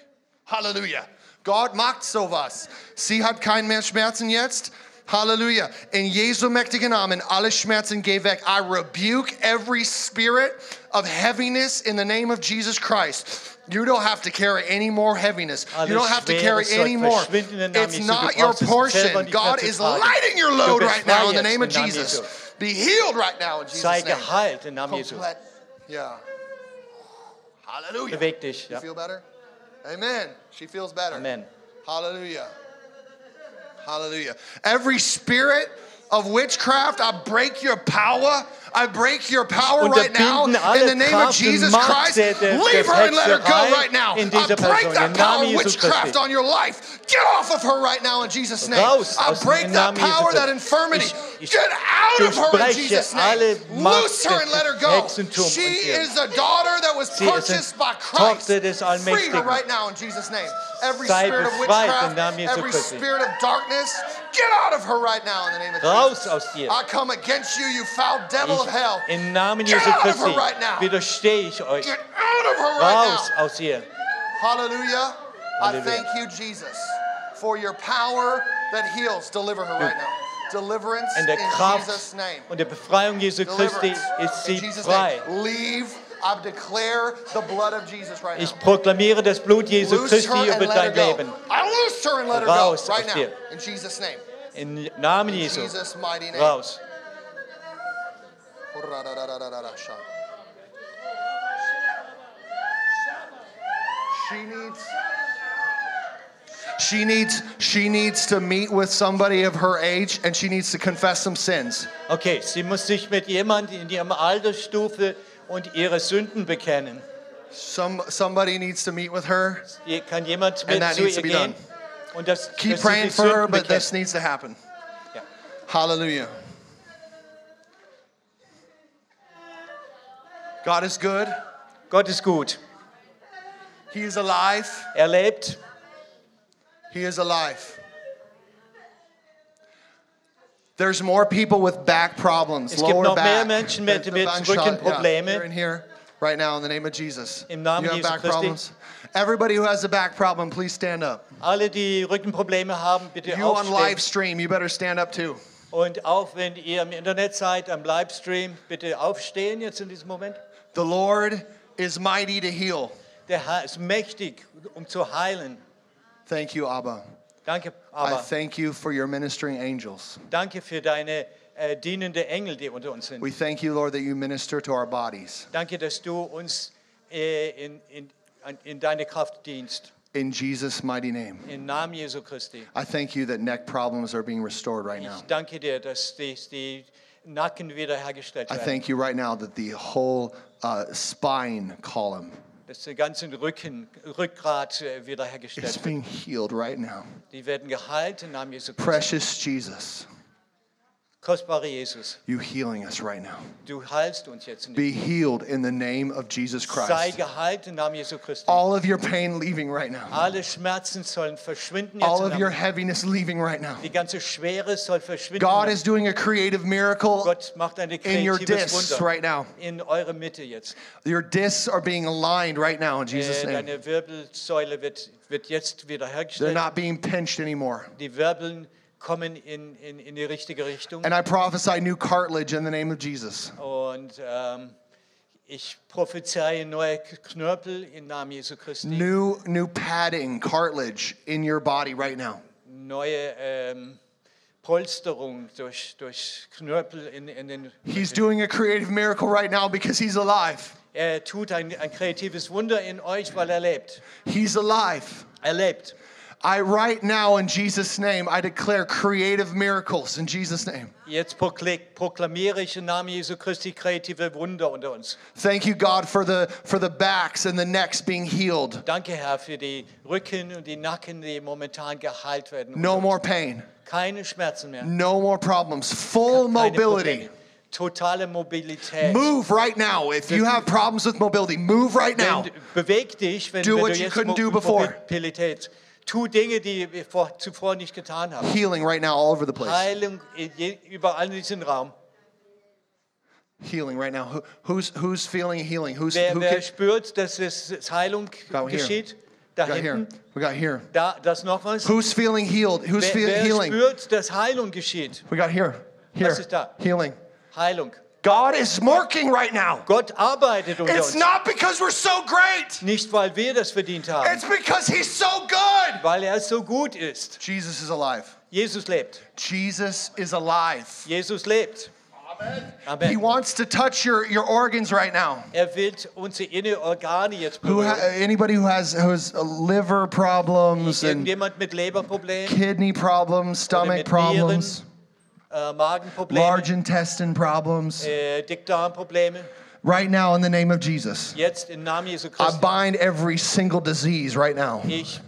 Speaker 2: Halleluja. Gott macht sowas. Sie hat keinen mehr Schmerzen jetzt. Halleluja. In Jesu mächtigen Namen, alle Schmerzen geh weg. I rebuke every spirit of heaviness in the name of Jesus Christ. You don't have to carry any more heaviness. you
Speaker 1: Alles
Speaker 2: don't have to
Speaker 1: Schwere
Speaker 2: carry
Speaker 1: soll
Speaker 2: any more.
Speaker 1: verschwinden in den Namen
Speaker 2: It's
Speaker 1: Jesu. Du
Speaker 2: not your
Speaker 1: brauchst es selber
Speaker 2: portion.
Speaker 1: nicht mehr
Speaker 2: God
Speaker 1: zu
Speaker 2: is
Speaker 1: tragen.
Speaker 2: lighting your
Speaker 1: Du
Speaker 2: load
Speaker 1: bist
Speaker 2: right now
Speaker 1: frei
Speaker 2: in the
Speaker 1: jetzt
Speaker 2: name
Speaker 1: im
Speaker 2: of
Speaker 1: Namen
Speaker 2: Jesus.
Speaker 1: Jesu.
Speaker 2: Be healed right now in Jesus'
Speaker 1: Sei
Speaker 2: name.
Speaker 1: geheilt im Namen Jesu.
Speaker 2: Komplett. Yeah. Hallelujah.
Speaker 1: Beweg dich.
Speaker 2: You
Speaker 1: Ja.
Speaker 2: feel better? Amen. She feels better.
Speaker 1: Amen.
Speaker 2: Hallelujah. Hallelujah. Every spirit of witchcraft, I break your power. I break your power right now in
Speaker 1: Unterbinden alle
Speaker 2: the name of
Speaker 1: Kraft und
Speaker 2: Jesus
Speaker 1: Macht
Speaker 2: Christ.
Speaker 1: der- der-
Speaker 2: Leave
Speaker 1: der
Speaker 2: her and let her
Speaker 1: Hexerei
Speaker 2: go right now. I
Speaker 1: in
Speaker 2: break
Speaker 1: dieser Person,
Speaker 2: that
Speaker 1: im
Speaker 2: power
Speaker 1: Namen
Speaker 2: of
Speaker 1: Jesu
Speaker 2: witchcraft
Speaker 1: Christi.
Speaker 2: on your life. Get off of her right now in Jesus' name.
Speaker 1: Raus
Speaker 2: I
Speaker 1: aus dem
Speaker 2: break that
Speaker 1: Namen Jesu
Speaker 2: power, that
Speaker 1: Christi.
Speaker 2: infirmity.
Speaker 1: Ich- ich
Speaker 2: Get out of her in
Speaker 1: durchbreche
Speaker 2: Jesus'
Speaker 1: alle
Speaker 2: name.
Speaker 1: Macht
Speaker 2: Loose her and
Speaker 1: des
Speaker 2: let her go.
Speaker 1: Hexentums und
Speaker 2: She
Speaker 1: ihr-
Speaker 2: is a daughter that was
Speaker 1: Sie ist eine
Speaker 2: purchased by Christ.
Speaker 1: Tochter des
Speaker 2: Free her
Speaker 1: Allmächtigen.
Speaker 2: right now in Jesus' name. Every
Speaker 1: Sei
Speaker 2: spirit of
Speaker 1: befreit im
Speaker 2: witchcraft,
Speaker 1: Namen Jesu
Speaker 2: every
Speaker 1: Christi.
Speaker 2: spirit of darkness, get out of her right now in the name of
Speaker 1: Raus
Speaker 2: Jesus.
Speaker 1: aus dir.
Speaker 2: I come against you, you foul devil of hell.
Speaker 1: Ich, Im Namen
Speaker 2: get
Speaker 1: Jesu
Speaker 2: out of
Speaker 1: Christi
Speaker 2: her right now.
Speaker 1: widerstehe ich euch.
Speaker 2: Get out of her right
Speaker 1: Raus
Speaker 2: now.
Speaker 1: aus ihr.
Speaker 2: Hallelujah. I
Speaker 1: Hallelujah.
Speaker 2: thank you, Jesus, for your power that heals. Deliver her right now. Deliverance
Speaker 1: In der
Speaker 2: Jesus'
Speaker 1: Kraft
Speaker 2: name.
Speaker 1: und der Befreiung Jesu Christi
Speaker 2: Deliverance
Speaker 1: ist
Speaker 2: in
Speaker 1: sie
Speaker 2: Jesus'
Speaker 1: frei.
Speaker 2: name. Leave. I declare the blood of Jesus right
Speaker 1: Ich
Speaker 2: now.
Speaker 1: proklamiere das Blut Jesu
Speaker 2: Loose her
Speaker 1: Christi
Speaker 2: and
Speaker 1: über
Speaker 2: let
Speaker 1: dein
Speaker 2: her
Speaker 1: Leben.
Speaker 2: go. I loose her and let her go
Speaker 1: Raus
Speaker 2: right
Speaker 1: aus
Speaker 2: now.
Speaker 1: dir.
Speaker 2: In Jesus' name.
Speaker 1: Im Namen
Speaker 2: In
Speaker 1: Jesu.
Speaker 2: Jesus' mighty name.
Speaker 1: Raus.
Speaker 2: Ra-ra-ra-ra-ra-ra-ra-sha. She needs. She needs. She needs to meet with somebody of her age, and she needs to confess some sins.
Speaker 1: Okay, sie muss sich mit jemand in ihrem Altersstufe und ihre Sünden bekennen.
Speaker 2: Some somebody needs to meet with her.
Speaker 1: Ihr- Kann jemand
Speaker 2: And
Speaker 1: mit
Speaker 2: that
Speaker 1: zu
Speaker 2: needs to
Speaker 1: ihr
Speaker 2: be
Speaker 1: gehen?
Speaker 2: done.
Speaker 1: Und das,
Speaker 2: Keep
Speaker 1: dass sie die
Speaker 2: praying for her,
Speaker 1: Sünden
Speaker 2: but
Speaker 1: bekennt.
Speaker 2: this needs to happen.
Speaker 1: Ja.
Speaker 2: Hallelujah. God is good.
Speaker 1: Gott ist gut.
Speaker 2: He is alive.
Speaker 1: Er lebt.
Speaker 2: He is alive. There's more people with back problems,
Speaker 1: Es gibt
Speaker 2: lower
Speaker 1: noch mehr
Speaker 2: back.
Speaker 1: Menschen mit-
Speaker 2: The- the
Speaker 1: mit
Speaker 2: back shot,
Speaker 1: Rückenprobleme.
Speaker 2: Yeah, you're in here right now in the name of Jesus.
Speaker 1: Im Namen
Speaker 2: you have
Speaker 1: Jesu
Speaker 2: back
Speaker 1: Christi.
Speaker 2: problems. Everybody who has a back problem, please stand up.
Speaker 1: Alle, die Rückenprobleme haben, bitte
Speaker 2: You on live
Speaker 1: aufstehen.
Speaker 2: stream, you better stand up too.
Speaker 1: Und auch wenn ihr im Internet seid, am Livestream, bitte aufstehen jetzt in diesem Moment.
Speaker 2: The Lord is mighty to heal.
Speaker 1: Der Herr ist mächtig, um zu heilen.
Speaker 2: Thank you, Abba.
Speaker 1: Danke,
Speaker 2: I
Speaker 1: aber
Speaker 2: thank you for your ministering angels.
Speaker 1: danke für deine äh, dienende Engel, die unter uns sind.
Speaker 2: We thank you, Lord, that you minister to our bodies.
Speaker 1: Danke, dass du uns äh, in, in, an- in deine Kraft dienst.
Speaker 2: In Jesus' mighty name.
Speaker 1: Im Namen Jesu Christi.
Speaker 2: I thank you that neck problems are being restored right now.
Speaker 1: Ich danke dir, dass die, die Nacken wiederhergestellt
Speaker 2: I
Speaker 1: werden.
Speaker 2: thank you right now that the whole uh, spine column
Speaker 1: Dass der ganzen Rücken, Rückgrat äh,
Speaker 2: is
Speaker 1: wiederhergestellt wird.
Speaker 2: being healed right now.
Speaker 1: Die werden geheilt im Namen Jesu Christi.
Speaker 2: Precious Jesus,
Speaker 1: Kostbarer Jesus,
Speaker 2: You healing us right now.
Speaker 1: du heilst uns jetzt. In
Speaker 2: Be healed in the name of Jesus
Speaker 1: Sei
Speaker 2: Christ.
Speaker 1: geheilt im Namen Jesu Christi.
Speaker 2: All of your pain leaving right now.
Speaker 1: Alle Schmerzen sollen verschwinden jetzt.
Speaker 2: All
Speaker 1: im
Speaker 2: of your
Speaker 1: Namen.
Speaker 2: heaviness leaving right now.
Speaker 1: Die ganze Schwere soll verschwinden.
Speaker 2: God is doing a creative miracle
Speaker 1: Gott macht eine
Speaker 2: in your
Speaker 1: kreatives
Speaker 2: discs
Speaker 1: Wunder
Speaker 2: right now.
Speaker 1: in eure Mitte jetzt.
Speaker 2: Your discs are being aligned right now in Jesus'
Speaker 1: Äh,
Speaker 2: name.
Speaker 1: deine Wirbelsäule wird, wird jetzt wieder
Speaker 2: They're
Speaker 1: hergestellt.
Speaker 2: not being pinched anymore.
Speaker 1: Die Wirbeln kommen in, in, in die richtige Richtung.
Speaker 2: And I prophesy new cartilage in the name of Jesus.
Speaker 1: Und ähm, ich prophezeie neue Knörpel im Namen Jesu Christi.
Speaker 2: New new padding, cartilage in your body right now.
Speaker 1: neue ähm, Polsterung durch, durch Knörpel in, in den.
Speaker 2: He's doing a creative miracle right now because he's alive.
Speaker 1: Er tut ein, ein kreatives Wunder in euch, weil er lebt.
Speaker 2: He's alive.
Speaker 1: Er lebt.
Speaker 2: I right now in Jesus' name, I declare creative miracles in Jesus' name.
Speaker 1: Jetzt prokl- proklamiere ich im Namen Jesu Christi kreative Wunder unter uns.
Speaker 2: Thank you, God, for the for the backs and the necks being healed.
Speaker 1: Danke, Herr, für die Rücken und die Nacken, die momentan geheilt werden.
Speaker 2: No more pain.
Speaker 1: Keine Schmerzen mehr.
Speaker 2: No more problems. Full
Speaker 1: Keine
Speaker 2: mobility.
Speaker 1: Probleme. Totale Mobilität.
Speaker 2: Move right now. If you have problems with mobility, move right now.
Speaker 1: Wenn, beweg dich, wenn,
Speaker 2: Do
Speaker 1: wenn
Speaker 2: what
Speaker 1: du
Speaker 2: you
Speaker 1: jetzt
Speaker 2: couldn't
Speaker 1: Mo-
Speaker 2: do before.
Speaker 1: Mobilität. Tu Dinge, die wir vor, zuvor nicht getan haben.
Speaker 2: Healing right now all over the place.
Speaker 1: Heilung in je- überall in diesem Raum.
Speaker 2: Healing right now. Who, who's who's feeling healing? Who's
Speaker 1: Wer,
Speaker 2: who
Speaker 1: wer
Speaker 2: can,
Speaker 1: spürt, dass es es Heilung
Speaker 2: Got here.
Speaker 1: geschieht, da
Speaker 2: we got here?
Speaker 1: hinten,
Speaker 2: We got here.
Speaker 1: da, das nochmals.
Speaker 2: Who's feeling healed? Who's
Speaker 1: Wer,
Speaker 2: feeling
Speaker 1: wer
Speaker 2: healing?
Speaker 1: spürt, dass Heilung geschieht?
Speaker 2: We got here. Here.
Speaker 1: Was ist da?
Speaker 2: Healing.
Speaker 1: Heilung.
Speaker 2: God is working right now.
Speaker 1: Gott arbeitet unter
Speaker 2: It's
Speaker 1: uns.
Speaker 2: not because we're so great.
Speaker 1: Nicht, weil wir das verdient haben,
Speaker 2: It's because he's so good.
Speaker 1: weil er so gut ist.
Speaker 2: Jesus is alive.
Speaker 1: Jesus lebt.
Speaker 2: Jesus is alive.
Speaker 1: Jesus lebt.
Speaker 2: He
Speaker 1: Amen.
Speaker 2: wants to touch your, your organs right now.
Speaker 1: Er will unsere innere Organe jetzt
Speaker 2: Who ha-
Speaker 1: berühren.
Speaker 2: anybody who has who has uh, liver problems and
Speaker 1: Irgendjemand mit Leberproblemen,
Speaker 2: kidney problems, stomach
Speaker 1: mit
Speaker 2: problems,
Speaker 1: äh,
Speaker 2: large
Speaker 1: Magenprobleme,
Speaker 2: intestine problems,
Speaker 1: äh, Dickdarmprobleme.
Speaker 2: right now in the name of Jesus.
Speaker 1: Jetzt im Namen Jesu
Speaker 2: I
Speaker 1: Christi.
Speaker 2: bind every single disease right now.
Speaker 1: Ich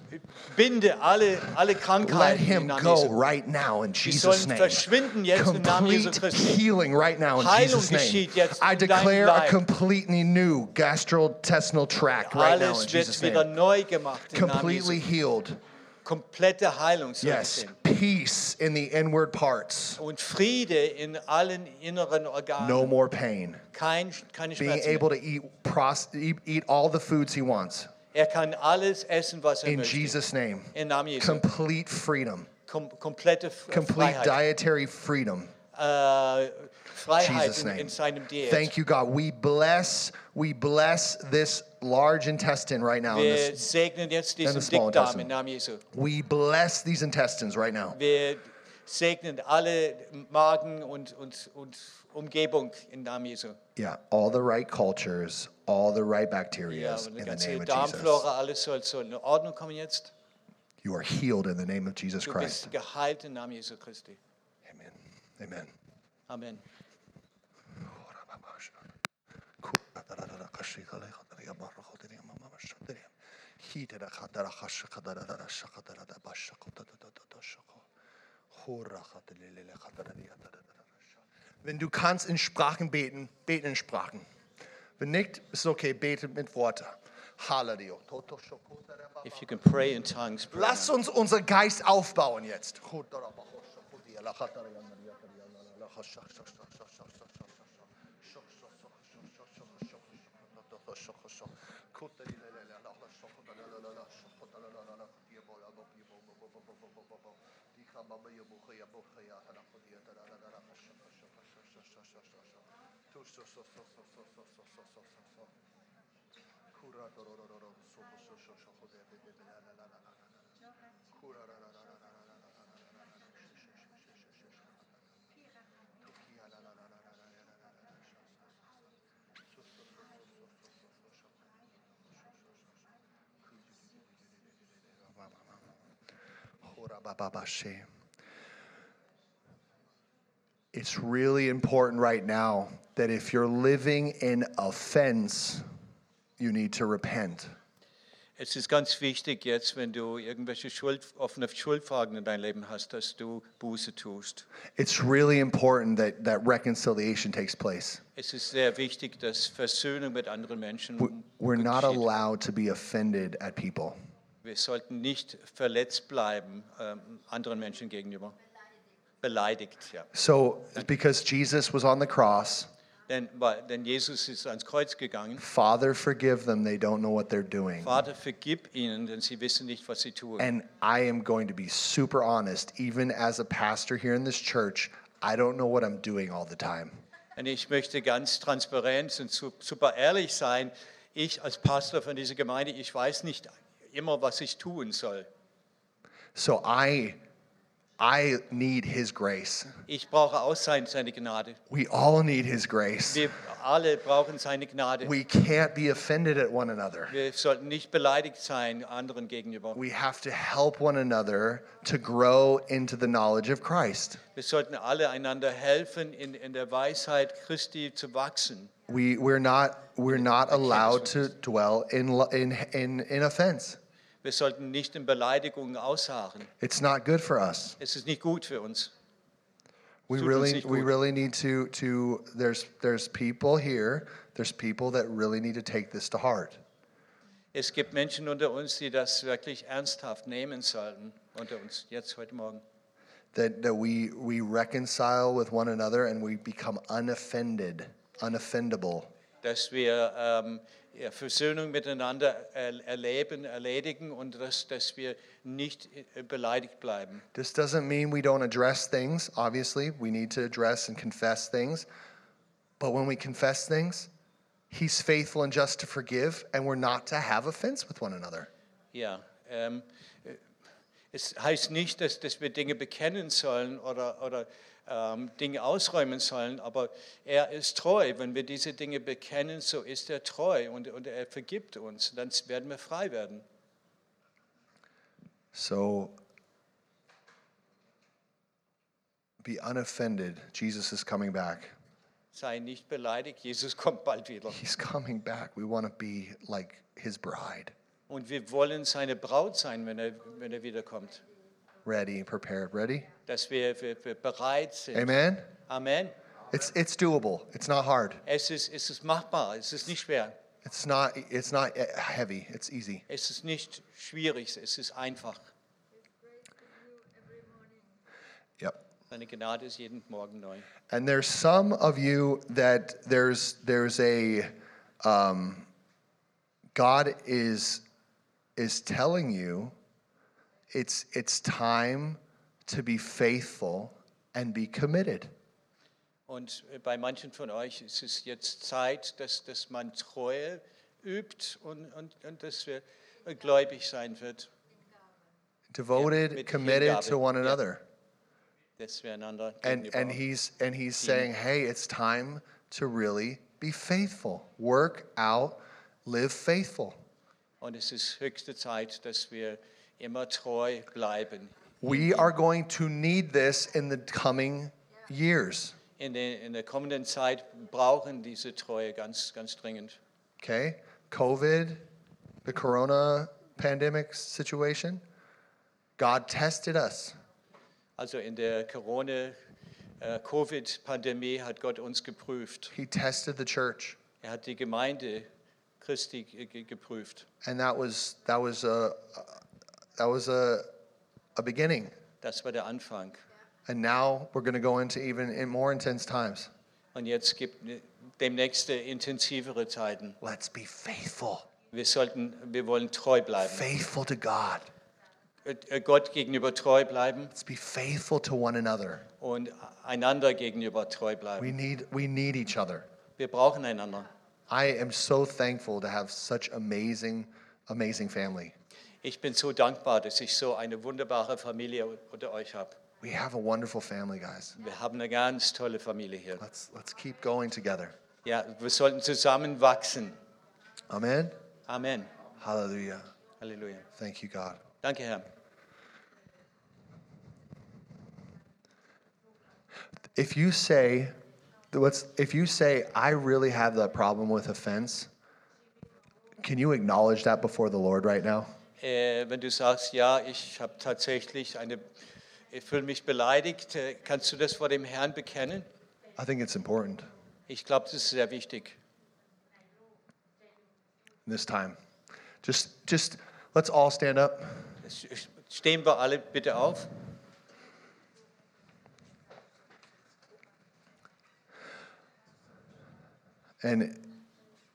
Speaker 1: binde alle, alle
Speaker 2: Let
Speaker 1: Krankheiten im
Speaker 2: him
Speaker 1: Namen
Speaker 2: go
Speaker 1: Jesu.
Speaker 2: right now in
Speaker 1: Die
Speaker 2: Jesus'
Speaker 1: sollen
Speaker 2: name.
Speaker 1: verschwinden jetzt im Namen Jesu
Speaker 2: Complete
Speaker 1: Christi.
Speaker 2: healing right now in
Speaker 1: Heilung
Speaker 2: Jesus' name.
Speaker 1: geschieht jetzt
Speaker 2: I
Speaker 1: in deinem
Speaker 2: declare a
Speaker 1: Leib.
Speaker 2: completely new gastrointestinal tract right now in
Speaker 1: Alles wird
Speaker 2: Jesus'
Speaker 1: wieder
Speaker 2: name.
Speaker 1: neu gemacht im Namen
Speaker 2: Completely
Speaker 1: Jesu.
Speaker 2: healed.
Speaker 1: Komplette Heilung soll
Speaker 2: Yes.
Speaker 1: geschehen.
Speaker 2: Peace in the inward parts.
Speaker 1: Und Friede in allen inneren Organen.
Speaker 2: No more pain.
Speaker 1: Kein, keine
Speaker 2: Being
Speaker 1: Schmerzen
Speaker 2: able
Speaker 1: mehr.
Speaker 2: to eat pros- eat eat all the foods he wants
Speaker 1: Er kann alles essen, was er
Speaker 2: in
Speaker 1: möchte.
Speaker 2: Jesus' name.
Speaker 1: Im Namen Jesu.
Speaker 2: Complete freedom.
Speaker 1: Kom komplette F
Speaker 2: Complete
Speaker 1: Freiheit.
Speaker 2: dietary freedom.
Speaker 1: Äh, Freiheit
Speaker 2: Jesus'
Speaker 1: in,
Speaker 2: name.
Speaker 1: in seinem Diät.
Speaker 2: Thank you, God. We bless, we bless this large intestine right now. in
Speaker 1: Wir
Speaker 2: This,
Speaker 1: segnen jetzt diesen
Speaker 2: the small
Speaker 1: Dickdarm
Speaker 2: intestine.
Speaker 1: im Namen Jesu.
Speaker 2: we bless these intestines right now.
Speaker 1: Wir segnen alle Magen und, und, und Umgebung im Namen Jesu.
Speaker 2: Yeah, all the right cultures, all the right
Speaker 1: Ja,
Speaker 2: bacteria
Speaker 1: und die
Speaker 2: in the
Speaker 1: ganze
Speaker 2: name of Jesus.
Speaker 1: Darmflora, alles soll, soll in Ordnung kommen jetzt.
Speaker 2: You are healed in the name of Jesus
Speaker 1: Du bist
Speaker 2: Christ.
Speaker 1: geheilt im Namen Jesu Christi.
Speaker 2: Amen. Amen.
Speaker 1: Amen.
Speaker 2: Wenn du kannst in Sprachen beten, beten in Sprachen. Wenn nicht, ist okay, bete mit Worten. Halleluja.
Speaker 1: If you can pray in tongues, pray.
Speaker 2: Lass uns unseren Geist aufbauen jetzt. It's really important right now that if you're living in offense, you need to repent.
Speaker 1: Es ist ganz wichtig jetzt, wenn du irgendwelche Schuld, offene Schuldfragen in deinem Leben hast, dass du Buße tust.
Speaker 2: It's really important that, that reconciliation takes place.
Speaker 1: Es ist sehr wichtig, dass Versöhnung mit anderen Menschen
Speaker 2: We're not
Speaker 1: geschieht.
Speaker 2: allowed to be offended at people.
Speaker 1: Wir sollten nicht verletzt bleiben ähm, anderen Menschen gegenüber. Beleidigt, ja.
Speaker 2: So, because Jesus was on the cross,
Speaker 1: Denn, weil- denn Jesus ist ans Kreuz gegangen.
Speaker 2: Father, forgive them. They don't know what they're doing.
Speaker 1: Vater, vergib ihnen, denn sie wissen nicht, was sie tun.
Speaker 2: And I am going to be super honest, even as a pastor here in this church, I don't know what I'm doing all the time.
Speaker 1: Und ich möchte ganz transparent und su- super ehrlich sein. Ich als Pastor von dieser Gemeinde, ich weiß nicht immer, was ich tun soll.
Speaker 2: So I I need his grace.
Speaker 1: Ich brauche auch sein, seine Gnade.
Speaker 2: We all need his grace.
Speaker 1: Wir alle brauchen seine Gnade.
Speaker 2: We can't be offended at one another.
Speaker 1: Wir sollten nicht beleidigt sein anderen gegenüber.
Speaker 2: We have to help one another to grow into the knowledge of Christ.
Speaker 1: Wir sollten alle einander helfen, in, in der Weisheit Christi zu wachsen.
Speaker 2: We we're not we're not allowed to dwell in lo- in in, in offense.
Speaker 1: Wir sollten nicht in Beleidigungen ausharren.
Speaker 2: It's not good for us.
Speaker 1: Es ist nicht gut für uns.
Speaker 2: We
Speaker 1: Tut uns
Speaker 2: really
Speaker 1: nicht
Speaker 2: we
Speaker 1: gut.
Speaker 2: really need to to there's there's people here, there's people that really need to take this to heart.
Speaker 1: Es gibt Menschen unter uns, die das wirklich ernsthaft nehmen sollten, unter uns jetzt heute Morgen.
Speaker 2: That that we we reconcile with one another and we become unoffended, unoffendable.
Speaker 1: dass wir ähm, ja, Versöhnung miteinander er- erleben, erledigen und dass, dass wir nicht äh, beleidigt bleiben.
Speaker 2: This doesn't mean we don't address things, obviously. We need to address and confess things. But when we confess things, he's faithful and just to forgive and we're not to have offense with one another.
Speaker 1: Ja, ähm, äh, es heißt nicht, dass, dass wir Dinge bekennen sollen oder, oder ähm, Dinge ausräumen sollen, aber er ist treu. Wenn wir diese Dinge bekennen, so ist er treu und, und er vergibt uns. Dann werden wir frei werden.
Speaker 2: So be unoffended. Jesus is coming back.
Speaker 1: Sei nicht beleidigt, Jesus kommt bald wieder.
Speaker 2: He's coming back. We want to be like his bride,
Speaker 1: Und wir wollen seine Braut sein, wenn er, wenn er wiederkommt.
Speaker 2: ready and prepared. Ready?
Speaker 1: Dass wir, wir, wir bereit sind.
Speaker 2: Amen.
Speaker 1: Amen.
Speaker 2: It's it's doable. It's not hard.
Speaker 1: Es ist, es ist machbar, es ist nicht schwer,
Speaker 2: It's not it's not eh, heavy. It's easy.
Speaker 1: es ist nicht schwierig, es ist einfach.
Speaker 2: Yep.
Speaker 1: Seine Gnade ist jeden Morgen neu.
Speaker 2: And there's some of you that there's there's a um, God is is telling you it's it's time to be faithful and be committed.
Speaker 1: Und äh, bei manchen von euch ist es jetzt Zeit, dass, dass man Treue übt und, und, und dass wir äh, gläubig sein wird,
Speaker 2: Devoted,
Speaker 1: mit
Speaker 2: committed
Speaker 1: Hingabe,
Speaker 2: to one
Speaker 1: ja.
Speaker 2: another.
Speaker 1: dass wir einander
Speaker 2: And
Speaker 1: gegenüber
Speaker 2: and he's and he's saying, "Hey, it's time to really be faithful. Work out, live faithful."
Speaker 1: Und es ist höchste Zeit, dass wir immer treu bleiben
Speaker 2: We are going to need this in the coming years.
Speaker 1: in, den, in der kommenden Zeit brauchen diese Treue ganz, ganz dringend.
Speaker 2: okay? COVID, the corona pandemic situation, God tested us.
Speaker 1: Also in der Corona-Covid-Pandemie hat Gott uns geprüft.
Speaker 2: He tested the church,
Speaker 1: Er hat die Gemeinde Christi ge- ge- geprüft.
Speaker 2: and that was that was a that was a a beginning.
Speaker 1: Das war der Anfang.
Speaker 2: And now we're going to go into even in more intense times.
Speaker 1: Und jetzt gibt ne- demnächst äh, intensivere Zeiten.
Speaker 2: Let's be faithful,
Speaker 1: Wir sollten, wir wollen treu bleiben.
Speaker 2: faithful to God.
Speaker 1: Äh, äh, Gott gegenüber treu bleiben
Speaker 2: Let's be faithful to one another.
Speaker 1: und einander gegenüber treu
Speaker 2: We
Speaker 1: bleiben.
Speaker 2: need we need each other.
Speaker 1: Wir brauchen einander.
Speaker 2: I am so thankful to have such amazing amazing family.
Speaker 1: Ich bin so dankbar, dass ich so eine wunderbare Familie unter euch habe.
Speaker 2: We have a wonderful family, guys.
Speaker 1: Wir haben eine ganz tolle Familie hier.
Speaker 2: Let's let's keep going together.
Speaker 1: Ja, wir sollten zusammen wachsen.
Speaker 2: Amen.
Speaker 1: Amen.
Speaker 2: Hallelujah.
Speaker 1: Halleluja.
Speaker 2: Thank you, God.
Speaker 1: Danke, Herr.
Speaker 2: If you say what's if you say I really have that problem with offense, Can you acknowledge that before the Lord right now?
Speaker 1: Äh, wenn du sagst, ja, ich habe tatsächlich eine, ich fühle mich beleidigt, äh, kannst du das vor dem Herrn bekennen?
Speaker 2: I think it's important
Speaker 1: Ich glaube, das ist sehr wichtig.
Speaker 2: this time. Just, just let's all stand up.
Speaker 1: Es- es- Stehen wir alle bitte auf.
Speaker 2: And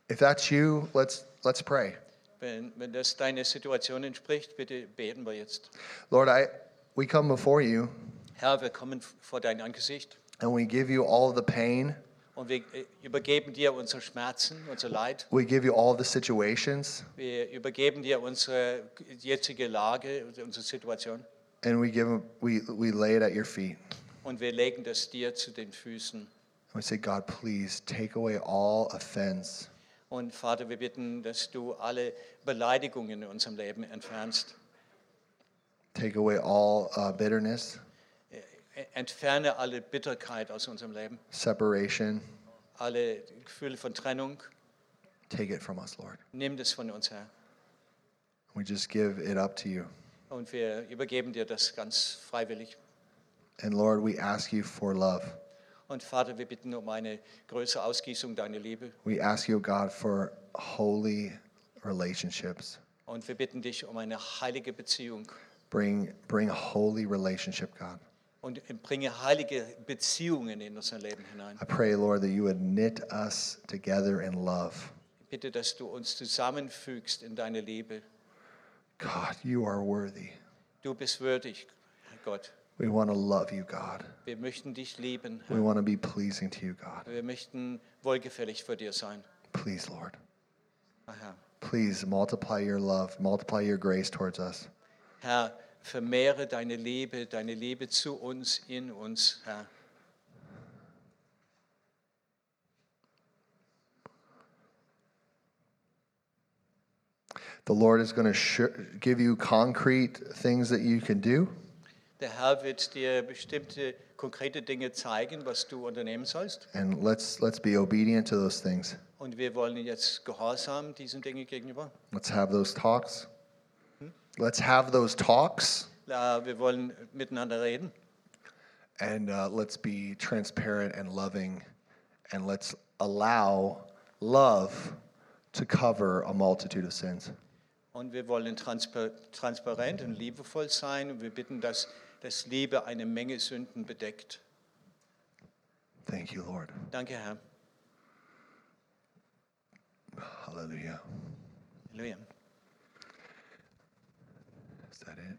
Speaker 2: if that's you, let's let's pray.
Speaker 1: Wenn, wenn das deiner Situation entspricht, bitte beten wir jetzt.
Speaker 2: Lord, I we come before you
Speaker 1: Herr, wir kommen vor dein Angesicht
Speaker 2: and we give you all the pain.
Speaker 1: und wir äh, übergeben dir unsere Schmerzen, unser Leid.
Speaker 2: We give you all the situations
Speaker 1: Wir übergeben dir unsere jetzige Lage, unsere Situation
Speaker 2: and we give 'em- we we lay it at your feet.
Speaker 1: und wir legen das dir zu den Füßen.
Speaker 2: And we say, God, please take away all offense.
Speaker 1: Und Vater, wir bitten, dass du alle Beleidigungen in unserem Leben entfernst.
Speaker 2: Take away all uh, bitterness,
Speaker 1: Äh, Entferne alle Bitterkeit aus unserem Leben,
Speaker 2: separation.
Speaker 1: alle Gefühle von Trennung.
Speaker 2: Take it from us, Lord.
Speaker 1: Nimm das von uns, Herr.
Speaker 2: We just give it up to you.
Speaker 1: Und wir übergeben dir das ganz freiwillig.
Speaker 2: And Lord, we ask you for love.
Speaker 1: Und Vater, wir bitten um eine größere Ausgießung deiner Liebe.
Speaker 2: We ask you, oh God, for holy relationships.
Speaker 1: Und wir bitten dich um eine heilige Beziehung.
Speaker 2: Bring, bring a holy relationship, God.
Speaker 1: Und bringe heilige Beziehungen in unser Leben hinein.
Speaker 2: I pray, Lord, that you would knit us together in love.
Speaker 1: Ich bitte, dass du uns zusammenfügst in deine Liebe.
Speaker 2: God, you are worthy.
Speaker 1: Du bist würdig, Herr Gott.
Speaker 2: We want to love you, God.
Speaker 1: Wir möchten dich lieben,
Speaker 2: We
Speaker 1: Herr.
Speaker 2: want to be pleasing to you, God.
Speaker 1: Wir möchten wohlgefällig vor dir sein.
Speaker 2: Please, Lord.
Speaker 1: Ah, Herr.
Speaker 2: Please multiply your love, multiply your grace towards us.
Speaker 1: Herr, vermehre deine Liebe, deine Liebe zu uns, in uns, Herr.
Speaker 2: The Lord is going to sh- give you concrete things that you can do.
Speaker 1: Der Herr wird dir bestimmte konkrete Dinge zeigen, was du unternehmen sollst.
Speaker 2: And let's let's be obedient to those things.
Speaker 1: Und wir wollen jetzt gehorsam diesen Dingen gegenüber.
Speaker 2: Let's have those talks. Let's have those talks,
Speaker 1: Äh, Wir wollen miteinander reden
Speaker 2: and uh, let's be transparent and loving, and let's allow love to cover a multitude of sins.
Speaker 1: und wir wollen transpa- transparent und liebevoll sein. Und wir bitten, dass, dass Liebe eine Menge Sünden bedeckt.
Speaker 2: Thank you, Lord.
Speaker 1: Danke, Herr.
Speaker 2: Hallelujah.
Speaker 1: Halleluja.
Speaker 2: Is that it?